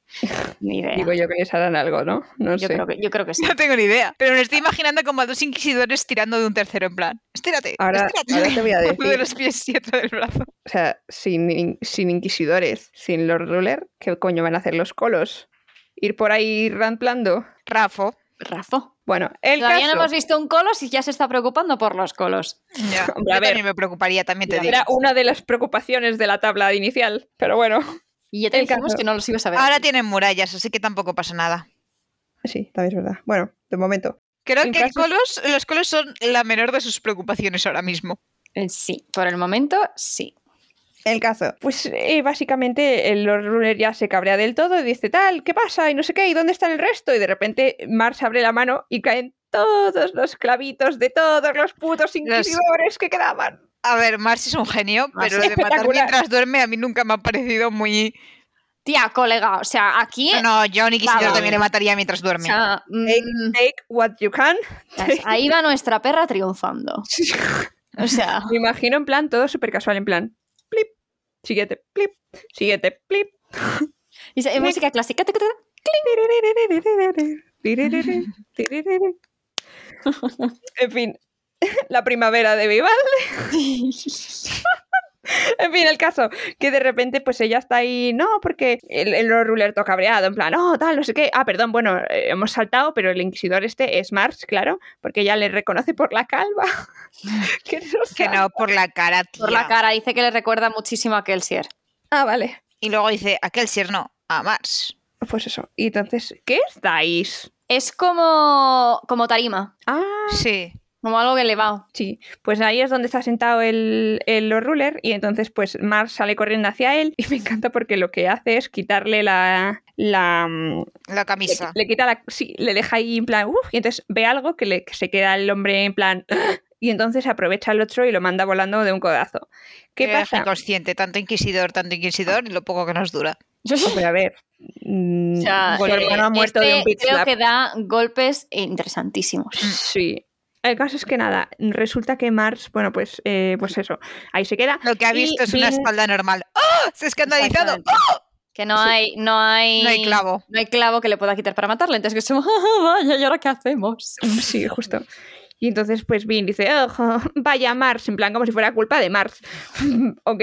Ni idea. Digo yo que les harán algo, ¿no? No yo, sé. creo que, yo creo que sí. No tengo ni idea. Pero me estoy imaginando como a dos inquisidores tirando de un tercero en plan. Estírate. Ahora, estírate". ahora te voy a Uno de decir, los pies y otro del brazo. o sea, sin, in- sin inquisidores, sin Lord Ruler, ¿qué coño van a hacer los colos? ¿Ir por ahí ramplando? Rafo. Rafo. Bueno, el Todavía caso no hemos visto un colos y ya se está preocupando por los colos. Ya, Hombre, a yo ver. también me preocuparía, también te digo. era una de las preocupaciones de la tabla inicial, pero bueno. Y ya te El dijimos caso- que no los ibas a ver. Ahora tienen murallas, así que tampoco pasa nada. Sí, también es verdad. Bueno, de momento. Creo En que el caso- colos, los colos son la menor de sus preocupaciones ahora mismo. Eh, Sí, por el momento sí. El caso. Pues eh, básicamente el Lord Ruler ya se cabrea del todo y dice tal, ¿qué pasa? Y no sé qué, ¿y dónde están el resto? Y de repente Mars abre la mano y caen todos los clavitos de todos los putos inquisidores que quedaban. A ver, Mars es un genio, Mars pero lo es de matar espectacular. mientras duerme a mí nunca me ha parecido muy... Tía, colega, o sea, aquí. No, no, yo a un inquisidor Eh, Vamos. también le mataría mientras o duerme. sea, mm, Take, take what you can. ahí va nuestra perra triunfando. O sea, Me imagino en plan todo súper casual, en plan plip, siguiente, plip, siguiente, plip. y se- y música clásica. tuc, tuc, tuc. En fin, la primavera de Vivaldi. En fin, el caso, que de repente pues ella está ahí, no, porque el, el Lord Ruler toca cabreado, en plan, oh, tal, no sé qué. Ah, perdón, bueno, eh, hemos saltado, pero el inquisidor este es Mars, claro, porque ella le reconoce por la calva. que no Que sabe. no, por la cara, Por tía. la cara dice que le recuerda muchísimo a Kelsier. Ah, vale. Y luego dice, aquel sierno, a Mars. Pues eso. Y entonces, ¿qué estáis? Es como, como tarima, Ah, Sí. como algo elevado. Sí, pues ahí es donde está sentado el, el Lord Ruler y entonces pues Mars sale corriendo hacia él y me encanta porque lo que hace es quitarle la... la mm, La le, camisa. le quita la... Sí, le deja ahí en plan... Uf, y entonces ve algo que, le, que se queda el hombre en plan... "Ah", Y entonces aprovecha el otro y lo manda volando de un codazo. ¿Qué Que deja pasa? Inconsciente, tanto inquisidor, tanto inquisidor, y lo poco que nos dura. Hombre, a ver... O mm, sea, su eh, hermano ha muerto de este un bitch creo slap. que da golpes interesantísimos. Sí. El caso es que nada, resulta que Mars, bueno, pues, eh, pues eso, ahí se queda. Lo que ha Y visto es una Vin- espalda normal. ¡Oh! Se ha escandalizado. Exactamente. ¡Oh! Que no hay, no hay. No hay clavo. no hay clavo que le pueda quitar para matarle. Entonces que es como, "Ah, vaya, ¿y ahora qué hacemos? Sí, justo. Y entonces, pues Vin dice, "Ojo, vaya Mars, en plan como si fuera culpa de Mars. ok,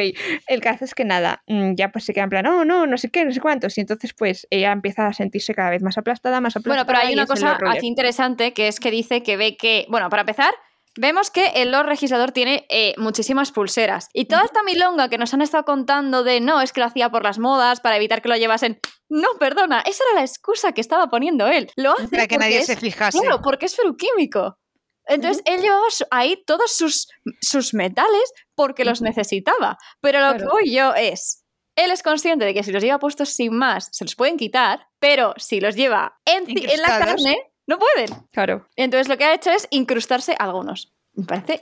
el caso es que nada, mm, ya pues se queda en plan, no, no, no sé qué, no sé cuántos. Y entonces, pues ella empieza a sentirse cada vez más aplastada, más Bueno, aplastada. pero hay y una es el cosa Lord Ruler. aquí interesante que es que dice que ve que, bueno, para empezar, Vemos que el Lord Registrador tiene eh, muchísimas pulseras. Y toda esta milonga que nos han estado contando de no, es que lo hacía por las modas, para evitar que lo llevasen. No, perdona, esa era la excusa que estaba poniendo él. Lo hace Para que nadie porque se es- fijase. Claro, porque es ferroquímico. Entonces él llevaba su- ahí todos sus, sus metales porque los necesitaba. Pero lo que Claro. voy yo es. Él es consciente de que si los lleva puestos sin más, se los pueden quitar, pero si los lleva en, ci- en la Incrustados. carne, no pueden. Claro. Entonces lo que ha hecho es incrustarse algunos. Me parece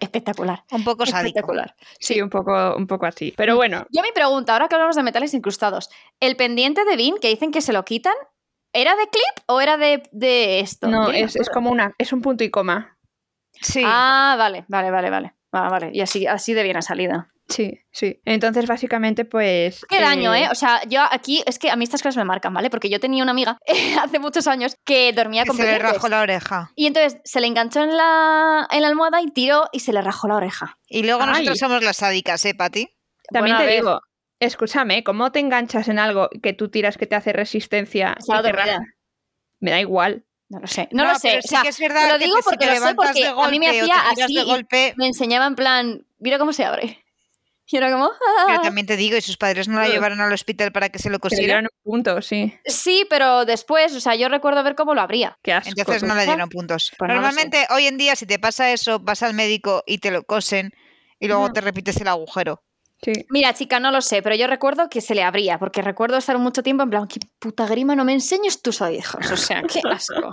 espectacular. Un poco sádico. Espectacular. Sí, un poco, un poco así. Mm. Pero bueno, Yo me pregunta, ahora que hablamos de metales incrustados, ¿el pendiente de Vin que dicen que se lo quitan? ¿Era de clip o era de, de esto? no, Yo me es, es acuerdo. como una, es un punto y coma. Sí. Ah, vale, vale, vale, vale. Ah, vale. Y así, así de bien ha salido. Sí, sí. Entonces, básicamente, pues. Qué daño, ¿eh? eh, O sea, yo aquí, es que a mí estas cosas me marcan, ¿vale? Porque yo tenía una amiga eh, hace muchos años que dormía que con se le pendientes. rajó la oreja. Y entonces se le enganchó en la, en la almohada y tiró y se le rajó la oreja. Y luego Ay. nosotros somos las sádicas, ¿eh, Pati? También Bueno, a te ver. digo, escúchame, ¿cómo te enganchas en algo que tú tiras que te hace resistencia? Estaba y te dormida. raja? Me da igual. No lo sé, no, lo sé. pero O sí sea, que es verdad te lo que digo te- si porque te lo sé, levantas de porque a mí me golpe o te hacía giras así de y- golpe, me enseñaba en plan, mira cómo se abre. Y era como, pero "Ah". también te digo, y sus padres no la Claro. llevaron al hospital para que se Pues lo Que le cosieran, dieron un punto, sí. sí, pero después, o sea, yo recuerdo ver cómo lo abría. Qué asco. entonces no le dieron puntos. Pues no lo sé. Normalmente hoy en día si te pasa eso, vas al médico y te lo cosen y luego Mm. No. te repites el agujero. Sí. Mira, chica, no lo sé, pero yo recuerdo que se le abría, porque recuerdo estar mucho tiempo en plan, qué puta grima, no me enseñes tus hijos, o sea, qué asco.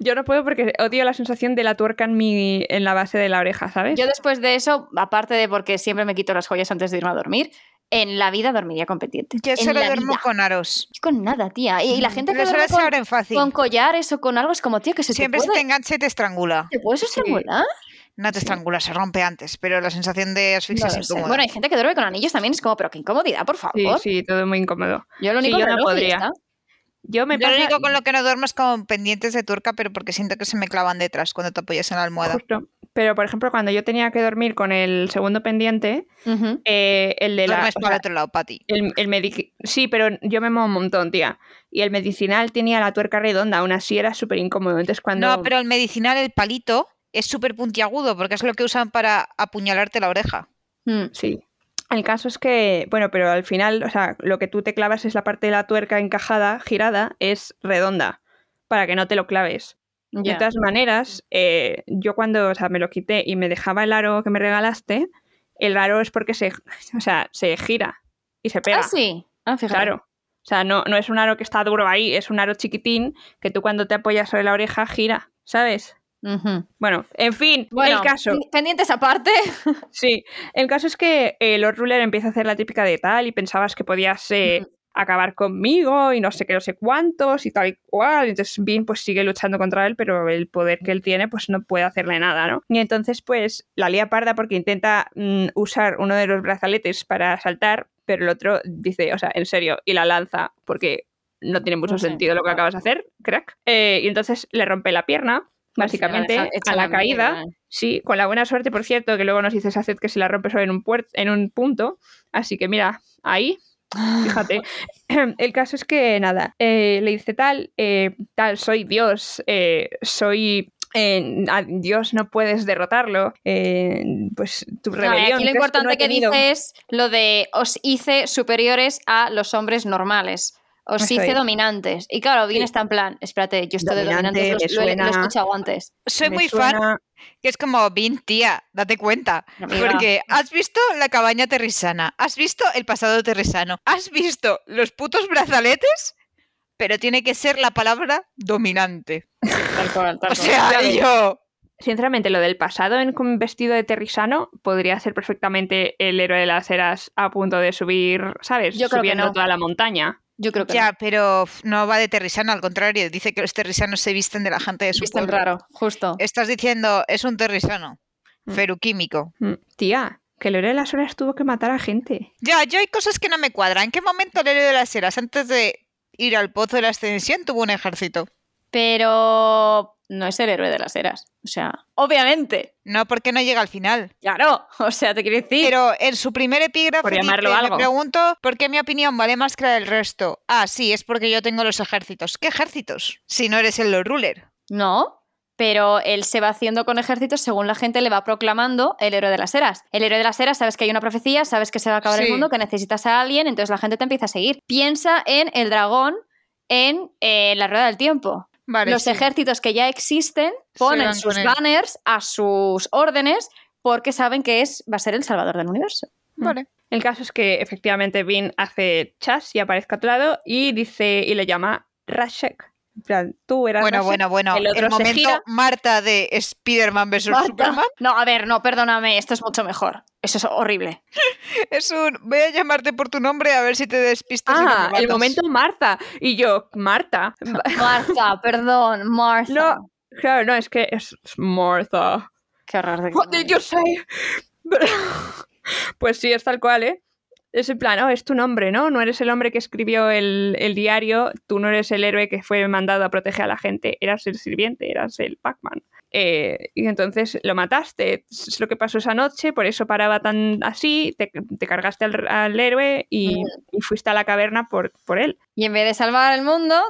Yo no puedo porque odio la sensación de la tuerca en, mi, en la base de la oreja, ¿sabes? Yo después de eso, aparte de porque siempre me quito las joyas antes de irme a dormir, en la vida dormiría con pendiente. Yo en solo la duermo vida. con aros. Yo con nada, tía. Y, y Mm, la gente que Los duerme aros se con, abren fácil. con collares o con algo es como, tío, que se Siempre te se te puede... engancha y te estrangula. ¿Te puedes estrangular? No te estrangula, se rompe antes, pero la sensación de asfixia No lo es sé. incómoda. Bueno, hay gente que duerme con anillos también, es como, pero qué incomodidad, por favor. Sí, sí, todo muy incómodo. Yo lo Sí, único yo que no podría. Yo me Yo lo pasa- único con lo que no duermo es con pendientes de turca, pero porque siento que se me clavan detrás cuando te apoyas en la almohada. justo. Pero, por ejemplo, cuando yo tenía que dormir con el segundo pendiente, eh, el de la... Duermes o para sea, el otro lado, Pati. El, el medic- Sí, pero yo me muevo un montón, tía. Y el medicinal tenía la tuerca redonda, aún así era súper incómodo. Entonces cuando... No, pero el medicinal, el palito, es súper puntiagudo porque es lo que usan para apuñalarte la oreja. Mm. Sí. El caso es que, bueno, pero al final, o sea, lo que tú te clavas es la parte de la tuerca encajada, girada, es redonda, para que no te lo claves. Ya. Ah, De todas maneras, eh, yo cuando, o sea, me lo quité y me dejaba el aro que me regalaste, el aro es porque se, o sea, se gira y se pega. Ah, sí. Ah, fíjate. Claro. O sea, no, no es un aro que está duro ahí, es un aro chiquitín que tú cuando te apoyas sobre la oreja gira, ¿sabes? Ujú. Bueno, en fin, Bueno, el caso. pen- pendientes aparte. Sí, el caso es que eh, Lord Ruler empieza a hacer la típica de tal y pensabas que podías eh, acabar conmigo y no sé qué, no sé cuántos y tal y cual. Entonces Vin pues sigue luchando contra él, pero el poder que él tiene pues no puede hacerle nada, ¿no? Y entonces pues la lía parda porque intenta mm, usar uno de los brazaletes para saltar, pero el otro dice, o sea, en serio, y la lanza porque no tiene mucho No sé. sentido lo que acabas de hacer, crack. Eh, y entonces le rompe la pierna, Pues básicamente, Al final, echa- echa a la caída. mierda. Sí, con la buena suerte, por cierto, que luego nos dices Saced que se la rompe solo en un, puer- en un punto. Así que mira, ahí, fíjate. El caso es que nada, eh, le dice tal, eh, tal, soy Dios, eh, soy... eh, a Dios no puedes derrotarlo. eh, pues tu No, y rebelión. aquí lo crees no importante he que tenido. dice es lo de os hice superiores a los hombres normales. Os Eso hice es. dominantes. Y claro, bien Sí. está en plan, espérate, yo esto Dominante, me de dominantes lo- lo, he- lo he suena. escuchado antes. Soy Me muy fan, suena- que es como, Vin, tía, date cuenta. Amiga. Porque has visto la cabaña terrisana, has visto el pasado terrisano, has visto los putos brazaletes, pero tiene que ser la palabra dominante. Tal cual, tal O cual. sea, Claro. yo... Sinceramente, lo del pasado en con vestido de terrisano podría ser perfectamente el héroe de las eras a punto de subir, ¿sabes? Yo creo que Subiendo no. toda la montaña. Yo creo que Ya, no. pero f- no va de terrisano, al contrario, dice que los terrisanos se visten de la gente de su Viste en pueblo. raro, Eh. justo. Estás diciendo, es un terrisano, Mm. feruquímico. Mm, Tía, que el héroe de las horas tuvo que matar a gente. Ya, yo hay cosas que no me cuadran. ¿En qué momento el héroe de las eras, antes de ir al pozo de la ascensión, tuvo un ejército? Pero no es el héroe de las eras. O sea, obviamente. No, porque no llega al final. Claro, o sea, te quiero decir. Pero en su primer epígrafe Por llamarlo dice, algo". me pregunto por qué mi opinión vale más que la del resto. Ah, sí, es porque yo tengo los ejércitos. ¿Qué ejércitos? Si no eres el Lord Ruler. No, pero él se va haciendo con ejércitos según la gente le va proclamando el héroe de las eras. El héroe de las eras, sabes que hay una profecía, sabes que se va a acabar Sí. el mundo, que necesitas a alguien, entonces la gente te empieza a seguir. Piensa en el dragón en eh, la rueda del tiempo. Vale, Los sí. ejércitos que ya existen ponen van sus con él. banners a sus órdenes porque saben que es, va a ser el salvador del universo. Vale. El caso es que efectivamente Vin hace chas y aparezca a tu lado y dice y le llama Rashek. En plan, tú eras Bueno, Rashek. bueno, bueno. el El, otro se momento gira. Marta de Spider-Man vs. Basta. Superman No, a ver, no, perdóname, esto es mucho mejor. Eso es horrible. es un. Voy a llamarte por tu nombre a ver si te despistas. y no me Ah, el matas". momento Marta. Y yo, Marta. Marta, perdón, Marta. No, claro, no, es que es Martha. Qué horror. de- What did you say? pues sí, es tal cual, ¿eh? Es en plan, oh, es tu nombre, ¿no? No eres el hombre que escribió el, el diario, tú no eres el héroe que fue mandado a proteger a la gente, eras el sirviente, eras el Pac-Man. Eh, y entonces lo mataste, es lo que pasó esa noche, por eso paraba tan así, te, te cargaste al, al héroe y, y fuiste a la caverna por, por él. Y en vez de salvar el mundo,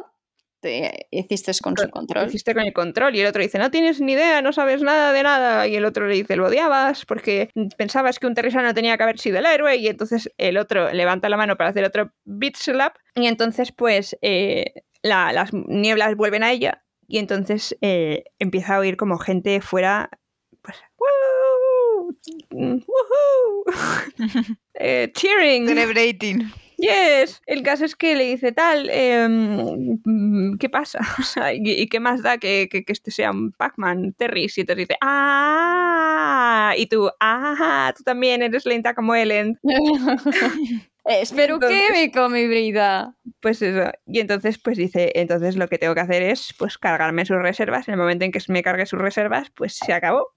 te hiciste con su Lo control. hiciste con el control. Y el otro dice, no tienes ni idea, no sabes nada de nada. Y el otro le dice, lo odiabas porque pensabas que un terreno tenía que haber sido el héroe. Y entonces el otro levanta la mano para hacer otro beat slap. Y entonces, pues, eh, la- las nieblas vuelven a ella. Y entonces eh, empieza a oír como gente fuera, pues, "Woo! Mm, woohoo". Eh, cheering. Celebrating. Yes, el caso es que le dice tal, em, mm, ¿qué pasa? O sea, ¿y, y qué más da que, que- que este sea un Pac-Man, Terry? Y entonces dice, ¡ah! Y tú, ¡ah! Tú también eres lenta como Ellen. Espero Entonces- que me comi vida. Pues eso. Y entonces, pues dice, entonces lo que tengo que hacer es, pues, cargarme sus reservas. En el momento en que me cargue sus reservas, pues se acabó.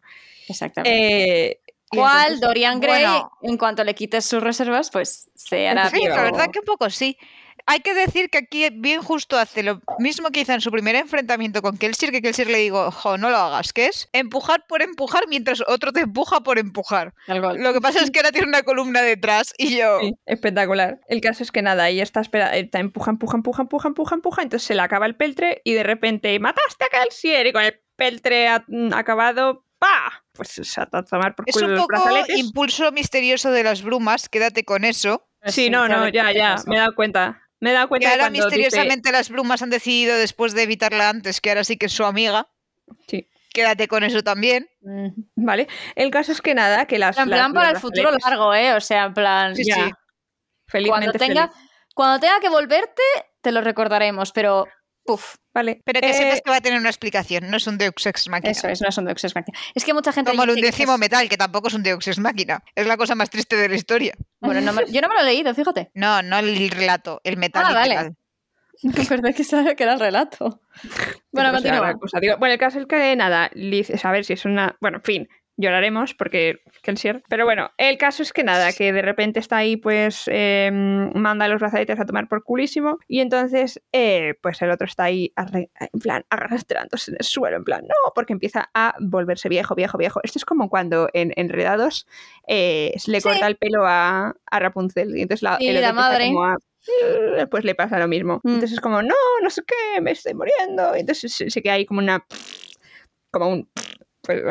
Exactamente. Eh, y ¿Cuál entonces- Dorian Gray, bueno. en cuanto le quites sus reservas, pues se hará Sí, la viejo? verdad que un poco sí. Hay que decir que aquí eh, bien justo hace lo mismo que hizo en su primer enfrentamiento con Kelsier, que Kelsier le digo, jo, no lo hagas, ¿qué es? Empujar por empujar mientras otro te empuja por empujar. Al gol. Lo que pasa es que ahora tiene una columna detrás y yo... Sí, espectacular. El caso es que nada, ella está espera, eh, está empuja, empuja, empuja, empuja, empuja, empuja, entonces se le acaba el peltre y de repente mataste a Calcier y con el peltre a- mm, acabado, ¡pa! Pues se ha a tomar por Es culo un los poco brazaletes. impulso misterioso de las brumas, quédate con eso. Sí, no, no, ya, ya, me he dado cuenta. Me he dado Que cuenta ahora cuando dice- misteriosamente las brumas han decidido, después de evitarla antes, que ahora sí que es su amiga. Sí. Quédate con eso también. Mm. Vale, el caso es que nada, que las... En las- plan para el los futuro brazaletes- largo, ¿eh? O sea, en plan. Sí, Ya, sí. Felizmente cuando, tenga, feliz. cuando tenga que volverte, te lo recordaremos, pero. Puf, Vale. Pero que eh, sepas que va a tener una explicación, no es un Deux Ex Machina. eso es, no son Deus Ex Machina. Es que mucha gente. Como el dice que undécimo es- metal, que tampoco es un Deux Ex Máquina. Es la cosa más triste de la historia. Bueno, no me- yo no me lo he leído, fíjate. No, no el relato, el metal. Ah, vale. literal. Recordé que sabe que era el relato. Bueno, Tampoco será continúa. gran cosa. Digo, bueno, el caso es que nada, Liz, a ver si es una. Bueno, en fin, lloraremos porque Kelsier. Pero bueno, el caso es que nada, que de repente está ahí, pues eh, manda los brazaletes a tomar por culísimo. Y entonces, eh, pues el otro está ahí, arre- en plan, arrastrándose en el suelo, en plan, no, porque empieza a volverse viejo, viejo, viejo. Esto es como cuando en Enredados eh, se le Sí. corta el pelo a, a Rapunzel. Y entonces la, Sí, el otro la empieza madre. como a- pues le pasa lo mismo. Mm. Entonces es como, no, no sé qué, me estoy muriendo. Entonces se, se queda ahí como una... Como un... pues,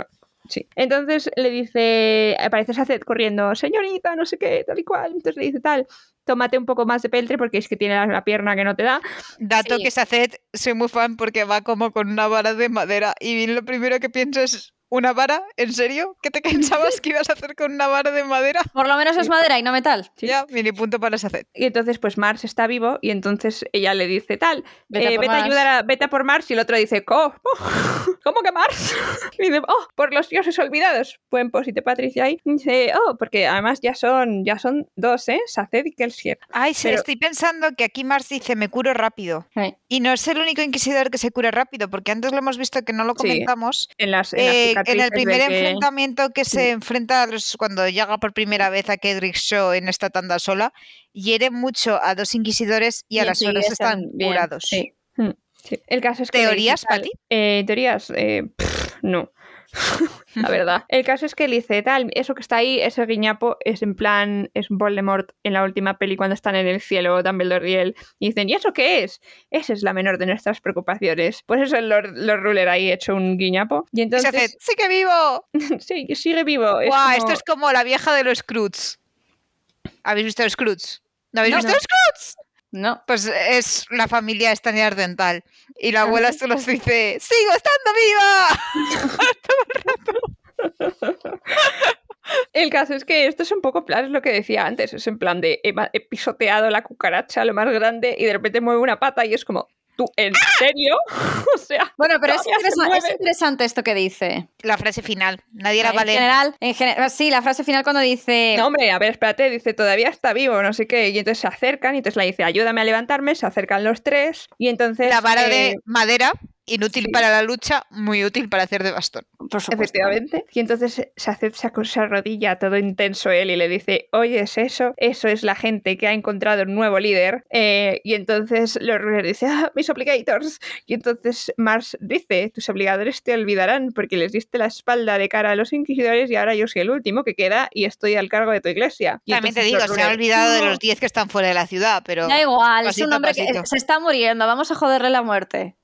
sí. Entonces le dice, aparece Saced corriendo, señorita, no sé qué, tal y cual. Entonces le dice tal, tómate un poco más de peltre porque es que tiene la, la pierna que no te da. Dato Sí. que se hace, soy muy fan porque va como con una vara de madera. Y lo primero que pienso es, ¿una vara? ¿En serio? ¿Qué te pensabas que ibas a hacer con una vara de madera? Por lo menos es madera y no metal. Sí. Ya, mini punto para Saced. Y entonces pues Mars está vivo y entonces ella le dice tal, Vete a eh, por vete a más. ayudar a, vete a por Mars y el otro dice, "Co- oh, ¿cómo que Mars? Y dice, oh, por los dioses olvidados. Buen posite Patricia ahí. Y dice, oh, porque además ya son, ya son dos, ¿eh? Saced y Kelsier. Ay, sí, Pero- estoy pensando que aquí Mars dice, me curo rápido. Ay. Y no es el único inquisidor que se cura rápido, porque antes lo hemos visto que no lo Sí. comentamos. En las, en las Eh, en cicatrices de el primer que- enfrentamiento que se enfrenta a los- cuando llega por primera vez a Kedrick Shaw en esta tanda sola, hiere mucho a dos inquisidores y a las enseguida horas están bien, curados. sí. Sí, El caso es que... ¿Teorías, para Pati? Eh, teorías, eh, pff, no. la verdad. El caso es que él dice, tal, eso que está ahí, ese guiñapo, es en plan, es Voldemort en la última peli cuando están en el cielo, Dumbledore y él, y dicen, ¿y eso qué es? Esa es la menor de nuestras preocupaciones. Pues eso es Lord, Lord Ruler ahí hecho un guiñapo. Y Y se entonces, hace, ¡sí que vivo! sí, sigue vivo. Es Guau, como- esto es como la vieja de los Cruz. ¿Habéis visto los Cruz? ¿No habéis No. visto los Cruz? No. Pues es la familia estañar dental. Y la abuela se los dice, ¡sigo estando viva! El caso es que esto es un poco en plan, es lo que decía antes, es en plan de he, ma- he pisoteado la cucaracha lo más grande y de repente mueve una pata y es como, ¿tú en ¡Ah! serio? o sea, Bueno, pero es, Todavía se interesa- es mueve. interesante esto que dice. La frase final. Nadie la en vale. general, en general, sí, la frase final cuando dice Eh. no, hombre, a ver, espérate, dice, todavía está vivo, no sé qué, y entonces se acercan y entonces la dice, ayúdame a levantarme, se acercan los tres y entonces... La vara eh, de madera, inútil para la lucha, muy útil para hacer de bastón. por supuesto. Efectivamente. Y entonces se hace se acu- se arrodilla todo intenso él y le dice, oyes eso, eso es la gente que ha encontrado un nuevo líder. Eh, y entonces los Ruler dice, ah, mis obligators. Y entonces Mars dice, tus obligadores te olvidarán porque les diste la espalda de cara a los inquisidores y ahora yo soy el último que queda y estoy al cargo de tu iglesia. Y También te digo, entonces se Lord ha Ruler, olvidado de "No". los 10 que están fuera de la ciudad, pero Da igual, es un Pasito a hombre pasito. que se está muriendo, vamos a joderle la muerte.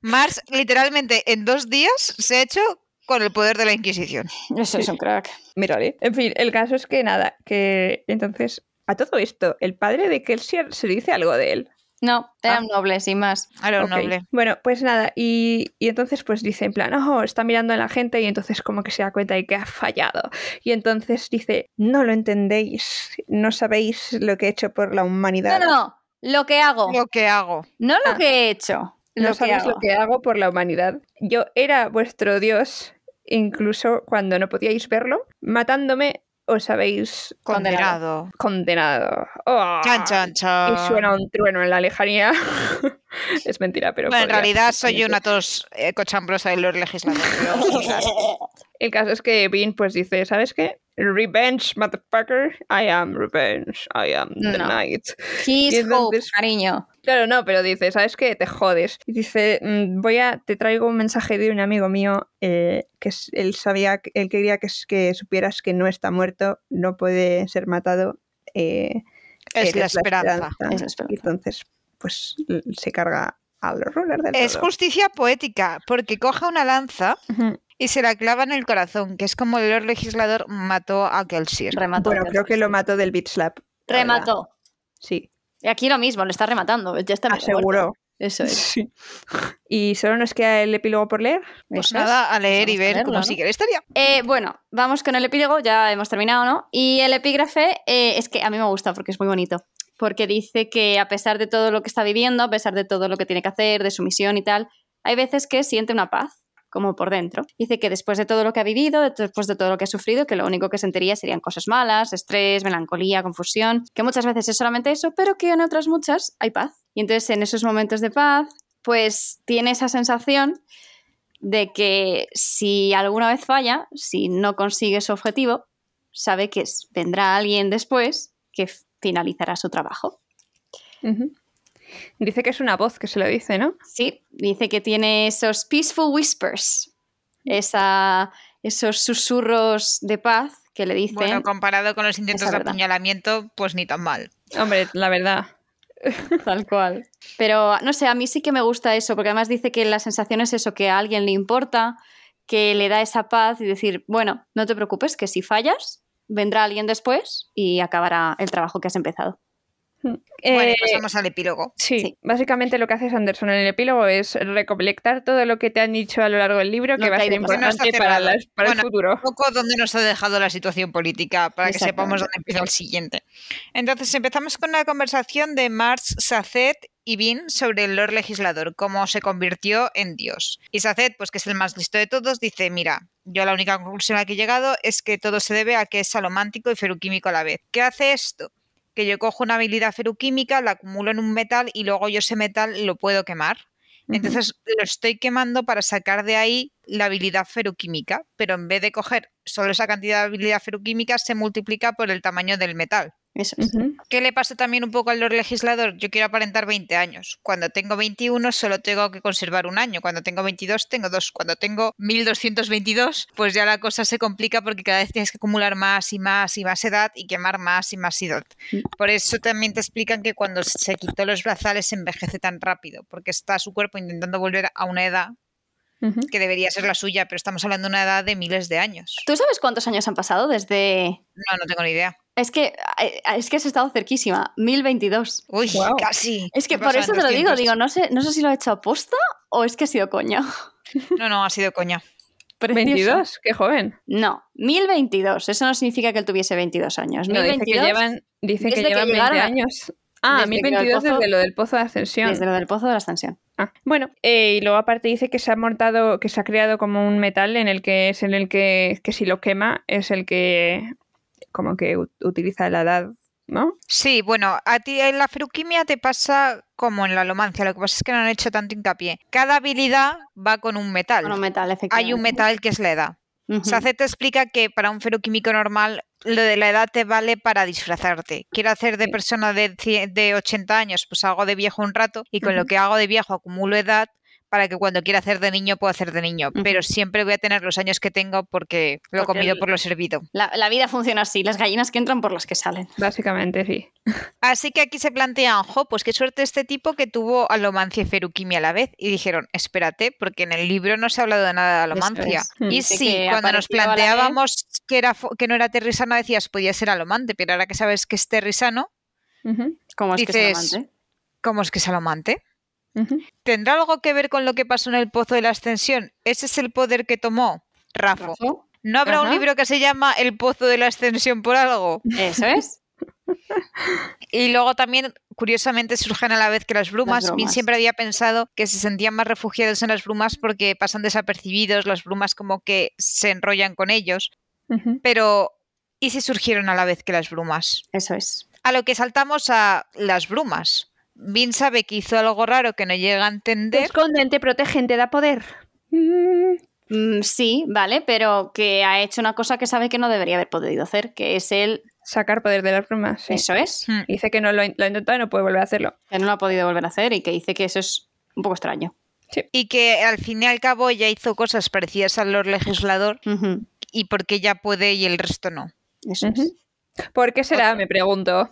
Mars literalmente en dos días se ha hecho con el poder de la Inquisición. Eso es un crack. Mírale. En fin, el caso es que nada, que entonces... A todo esto, el padre de Kelsier se dice algo de él. No, era Ah. un noble, sin más. A lo Ok. noble. Bueno, pues nada, y, y entonces pues dice en plan, oh, está mirando a la gente y entonces como que se da cuenta de que ha fallado. Y entonces dice, no lo entendéis, no sabéis lo que he hecho por la humanidad. No, no, lo que hago, Lo que hago. no lo Ah. que he hecho. No Lo que sabéis hago. lo que hago por la humanidad. Yo era vuestro Dios, incluso cuando no podíais verlo, matándome os habéis Condenado. condenado. ¡Oh! Chan, chan, chan. Y suena un trueno en la lejanía. es mentira, pero... Bueno, en podría realidad perfectamente. soy una tos eh, cochambrosa de los legisladores. pero quizás. El caso es que Bean pues dice, ¿sabes qué? Revenge, motherfucker. I am revenge. I am the No. knight. He's Y entonces- hope, cariño. Claro, no, pero dice, ¿sabes qué? Te jodes. Y dice, mm, voy a, te traigo un mensaje de un amigo mío eh, que es- él sabía, que- él quería que, es- que supieras que no está muerto, no puede ser matado. eh, es eres la esperanza. Es la esperanza. Y entonces, pues l- se carga al ruler del Es todo. justicia poética, porque coge una lanza Ujú. y se la clava en el corazón, que es como el Lord Legislador mató a Kelsier. Remató. Bueno, creo que lo mató del beat slap. la verdad. Remató. Sí, Y aquí lo mismo, lo está rematando. Ya Ah, está medio muerto. aseguró. Eso es. Sí. Y solo nos queda el epílogo por leer. Pues eso es. nada, a leer y Vamos a ver leerlo, cómo ¿no? sigue la historia. Eh, bueno, vamos con el epílogo, ya hemos terminado, ¿no? Y el epígrafe eh, es que a mí me gusta porque es muy bonito. Porque dice que a pesar de todo lo que está viviendo, a pesar de todo lo que tiene que hacer, de su misión y tal, hay veces que siente una paz, como por dentro. Dice que después de todo lo que ha vivido, de- después de todo lo que ha sufrido, que lo único que sentiría serían cosas malas, estrés, melancolía, confusión, que muchas veces es solamente eso, pero que en otras muchas hay paz. Y entonces en esos momentos de paz, pues tiene esa sensación de que si alguna vez falla, si no consigue su objetivo, sabe que s- vendrá alguien después que f- finalizará su trabajo. Ujú. Dice que es una voz que se lo dice, ¿no? Sí, dice que tiene esos peaceful whispers, esa, esos susurros de paz que le dicen. Bueno, comparado con los intentos Esa de verdad. apuñalamiento, pues ni tan mal. Hombre, la verdad. Tal cual. Pero no sé, a mí sí que me gusta eso, porque además dice que la sensación es eso, que a alguien le importa, que le da esa paz y decir, bueno, no te preocupes, que si fallas, vendrá alguien después y acabará el trabajo que has empezado. Bueno, Eh, y pasamos al epílogo. sí, sí. básicamente lo que hace Sanderson en el epílogo es recolectar todo lo que te han dicho a lo largo del libro, Lo que va a que hay ser detrás. No está importante para, cerrado. las- para el Bueno, futuro. Un poco donde nos ha dejado la situación política, para que sepamos Exactamente. dónde empieza el siguiente. Entonces empezamos con la conversación de Marx, Sacet y Bean sobre el Lord Legislador, cómo se convirtió en Dios. Y Sacet, pues que es el más listo de todos, dice, mira, yo la única conclusión a la que he llegado es que todo se debe a que es salomántico y feroquímico a la vez. ¿Qué hace esto? Que yo cojo una habilidad feroquímica, la acumulo en un metal y luego yo ese metal lo puedo quemar. Entonces lo estoy quemando para sacar de ahí la habilidad feroquímica, pero en vez de coger solo esa cantidad de habilidad feroquímica, se multiplica por el tamaño del metal. Eso es. Ujú. ¿Qué le pasó también un poco al Lord Legislador? Yo quiero aparentar 20 años. Cuando tengo 21 solo tengo que conservar un año. Cuando tengo 22 tengo dos. Cuando tengo 1222 pues ya la cosa se complica porque cada vez tienes que acumular más y más y más edad y quemar más y más edad. Por eso también te explican que cuando se quitó los brazales se envejece tan rápido porque está su cuerpo intentando volver a una edad Ujú. que debería ser la suya, pero estamos hablando de una edad de miles de años. ¿Tú sabes cuántos años han pasado desde.? No, no tengo ni idea. Es que, eh, es que has estado cerquísima, 1022. Uy, Guau. casi. Es Me que por pasan eso te lo digo, 200. digo, no sé, no sé si lo he hecho aposta o es que ha sido coña. No, no, ha sido coña. Precioso. 22, qué joven. No, 1022. Eso no significa que él tuviese 22 años. No, 1022, dice que llevan, dice que desde que llevan 20 llegaron a- años. Ah, desde que el 1022 pozo- desde lo del pozo de ascensión. desde lo del pozo de la ascensión. Ah, bueno, eh, y luego aparte dice que se ha montado, que se ha creado como un metal en el que es en el que, que si lo quema es el que como que u- utiliza la edad, ¿no? Sí, bueno, a ti en la feruquimia te pasa como en la alomancia, lo que pasa es que no han hecho tanto hincapié. Cada habilidad va con un metal. Bueno, metal, efectivamente. Hay un metal que es la edad. Ujú. Sace te explica que para un feroquímico normal lo de la edad te vale para disfrazarte. Quiero hacer de persona de, cie- de 80 años, pues hago de viejo un rato y con lo que hago de viejo acumulo edad para que cuando quiera hacer de niño pueda hacer de niño. Ujú. Pero siempre voy a tener los años que tengo porque lo he Porque comido el- por lo servido. La, la vida funciona así, las gallinas que entran por las que salen. Básicamente sí. Así que aquí se plantean, jo, pues qué suerte este tipo que tuvo alomancia y feruquimia a la vez. Y dijeron, espérate, porque en el libro no se ha hablado de nada de Eso alomancia. es. Hmm. Mm. Y De sí, que cuando nos apareció a la vez. planteábamos que, era, fo- que no era terrisano, decías, podía ser alomante, pero ahora que sabes que es terrisano, Ujú, Como es que ¿eh? Dices- es amante. ¿cómo es que es alomante? ujú. ¿Tendrá algo que ver con lo que pasó en el Pozo de la Ascensión? Ese es el poder que tomó Rafa. Ojo. ¿No habrá un Ajá. libro que se llama El Pozo de la Ascensión por algo? Eso es. Y luego también, curiosamente, surgen a la vez que las brumas. Vin brumas. siempre había pensado que se sentían más refugiados en las brumas porque pasan desapercibidos, las brumas como que se enrollan con ellos. Ujú. Pero, ¿y si surgieron a la vez que las brumas? Eso es. A lo que saltamos a las brumas. Vin sabe que hizo algo raro que no llega a Te Pues entender. esconden, te protegen, te da poder. Mm, Mm, sí, vale, pero que ha hecho una cosa que sabe que no debería haber podido hacer, que es el. sacar poder de las plumas. sí. Eso es. Hmm. Dice que no lo, ha in- lo ha intentado y no puede volver a hacerlo. Que no lo ha podido volver a hacer y que dice que eso es un poco extraño. Y que al fin y al cabo ya hizo cosas parecidas al Lord Legislador Ujú. y porque ella puede y el resto no. Eso es. Ujú. ¿Por qué será? Me pregunto.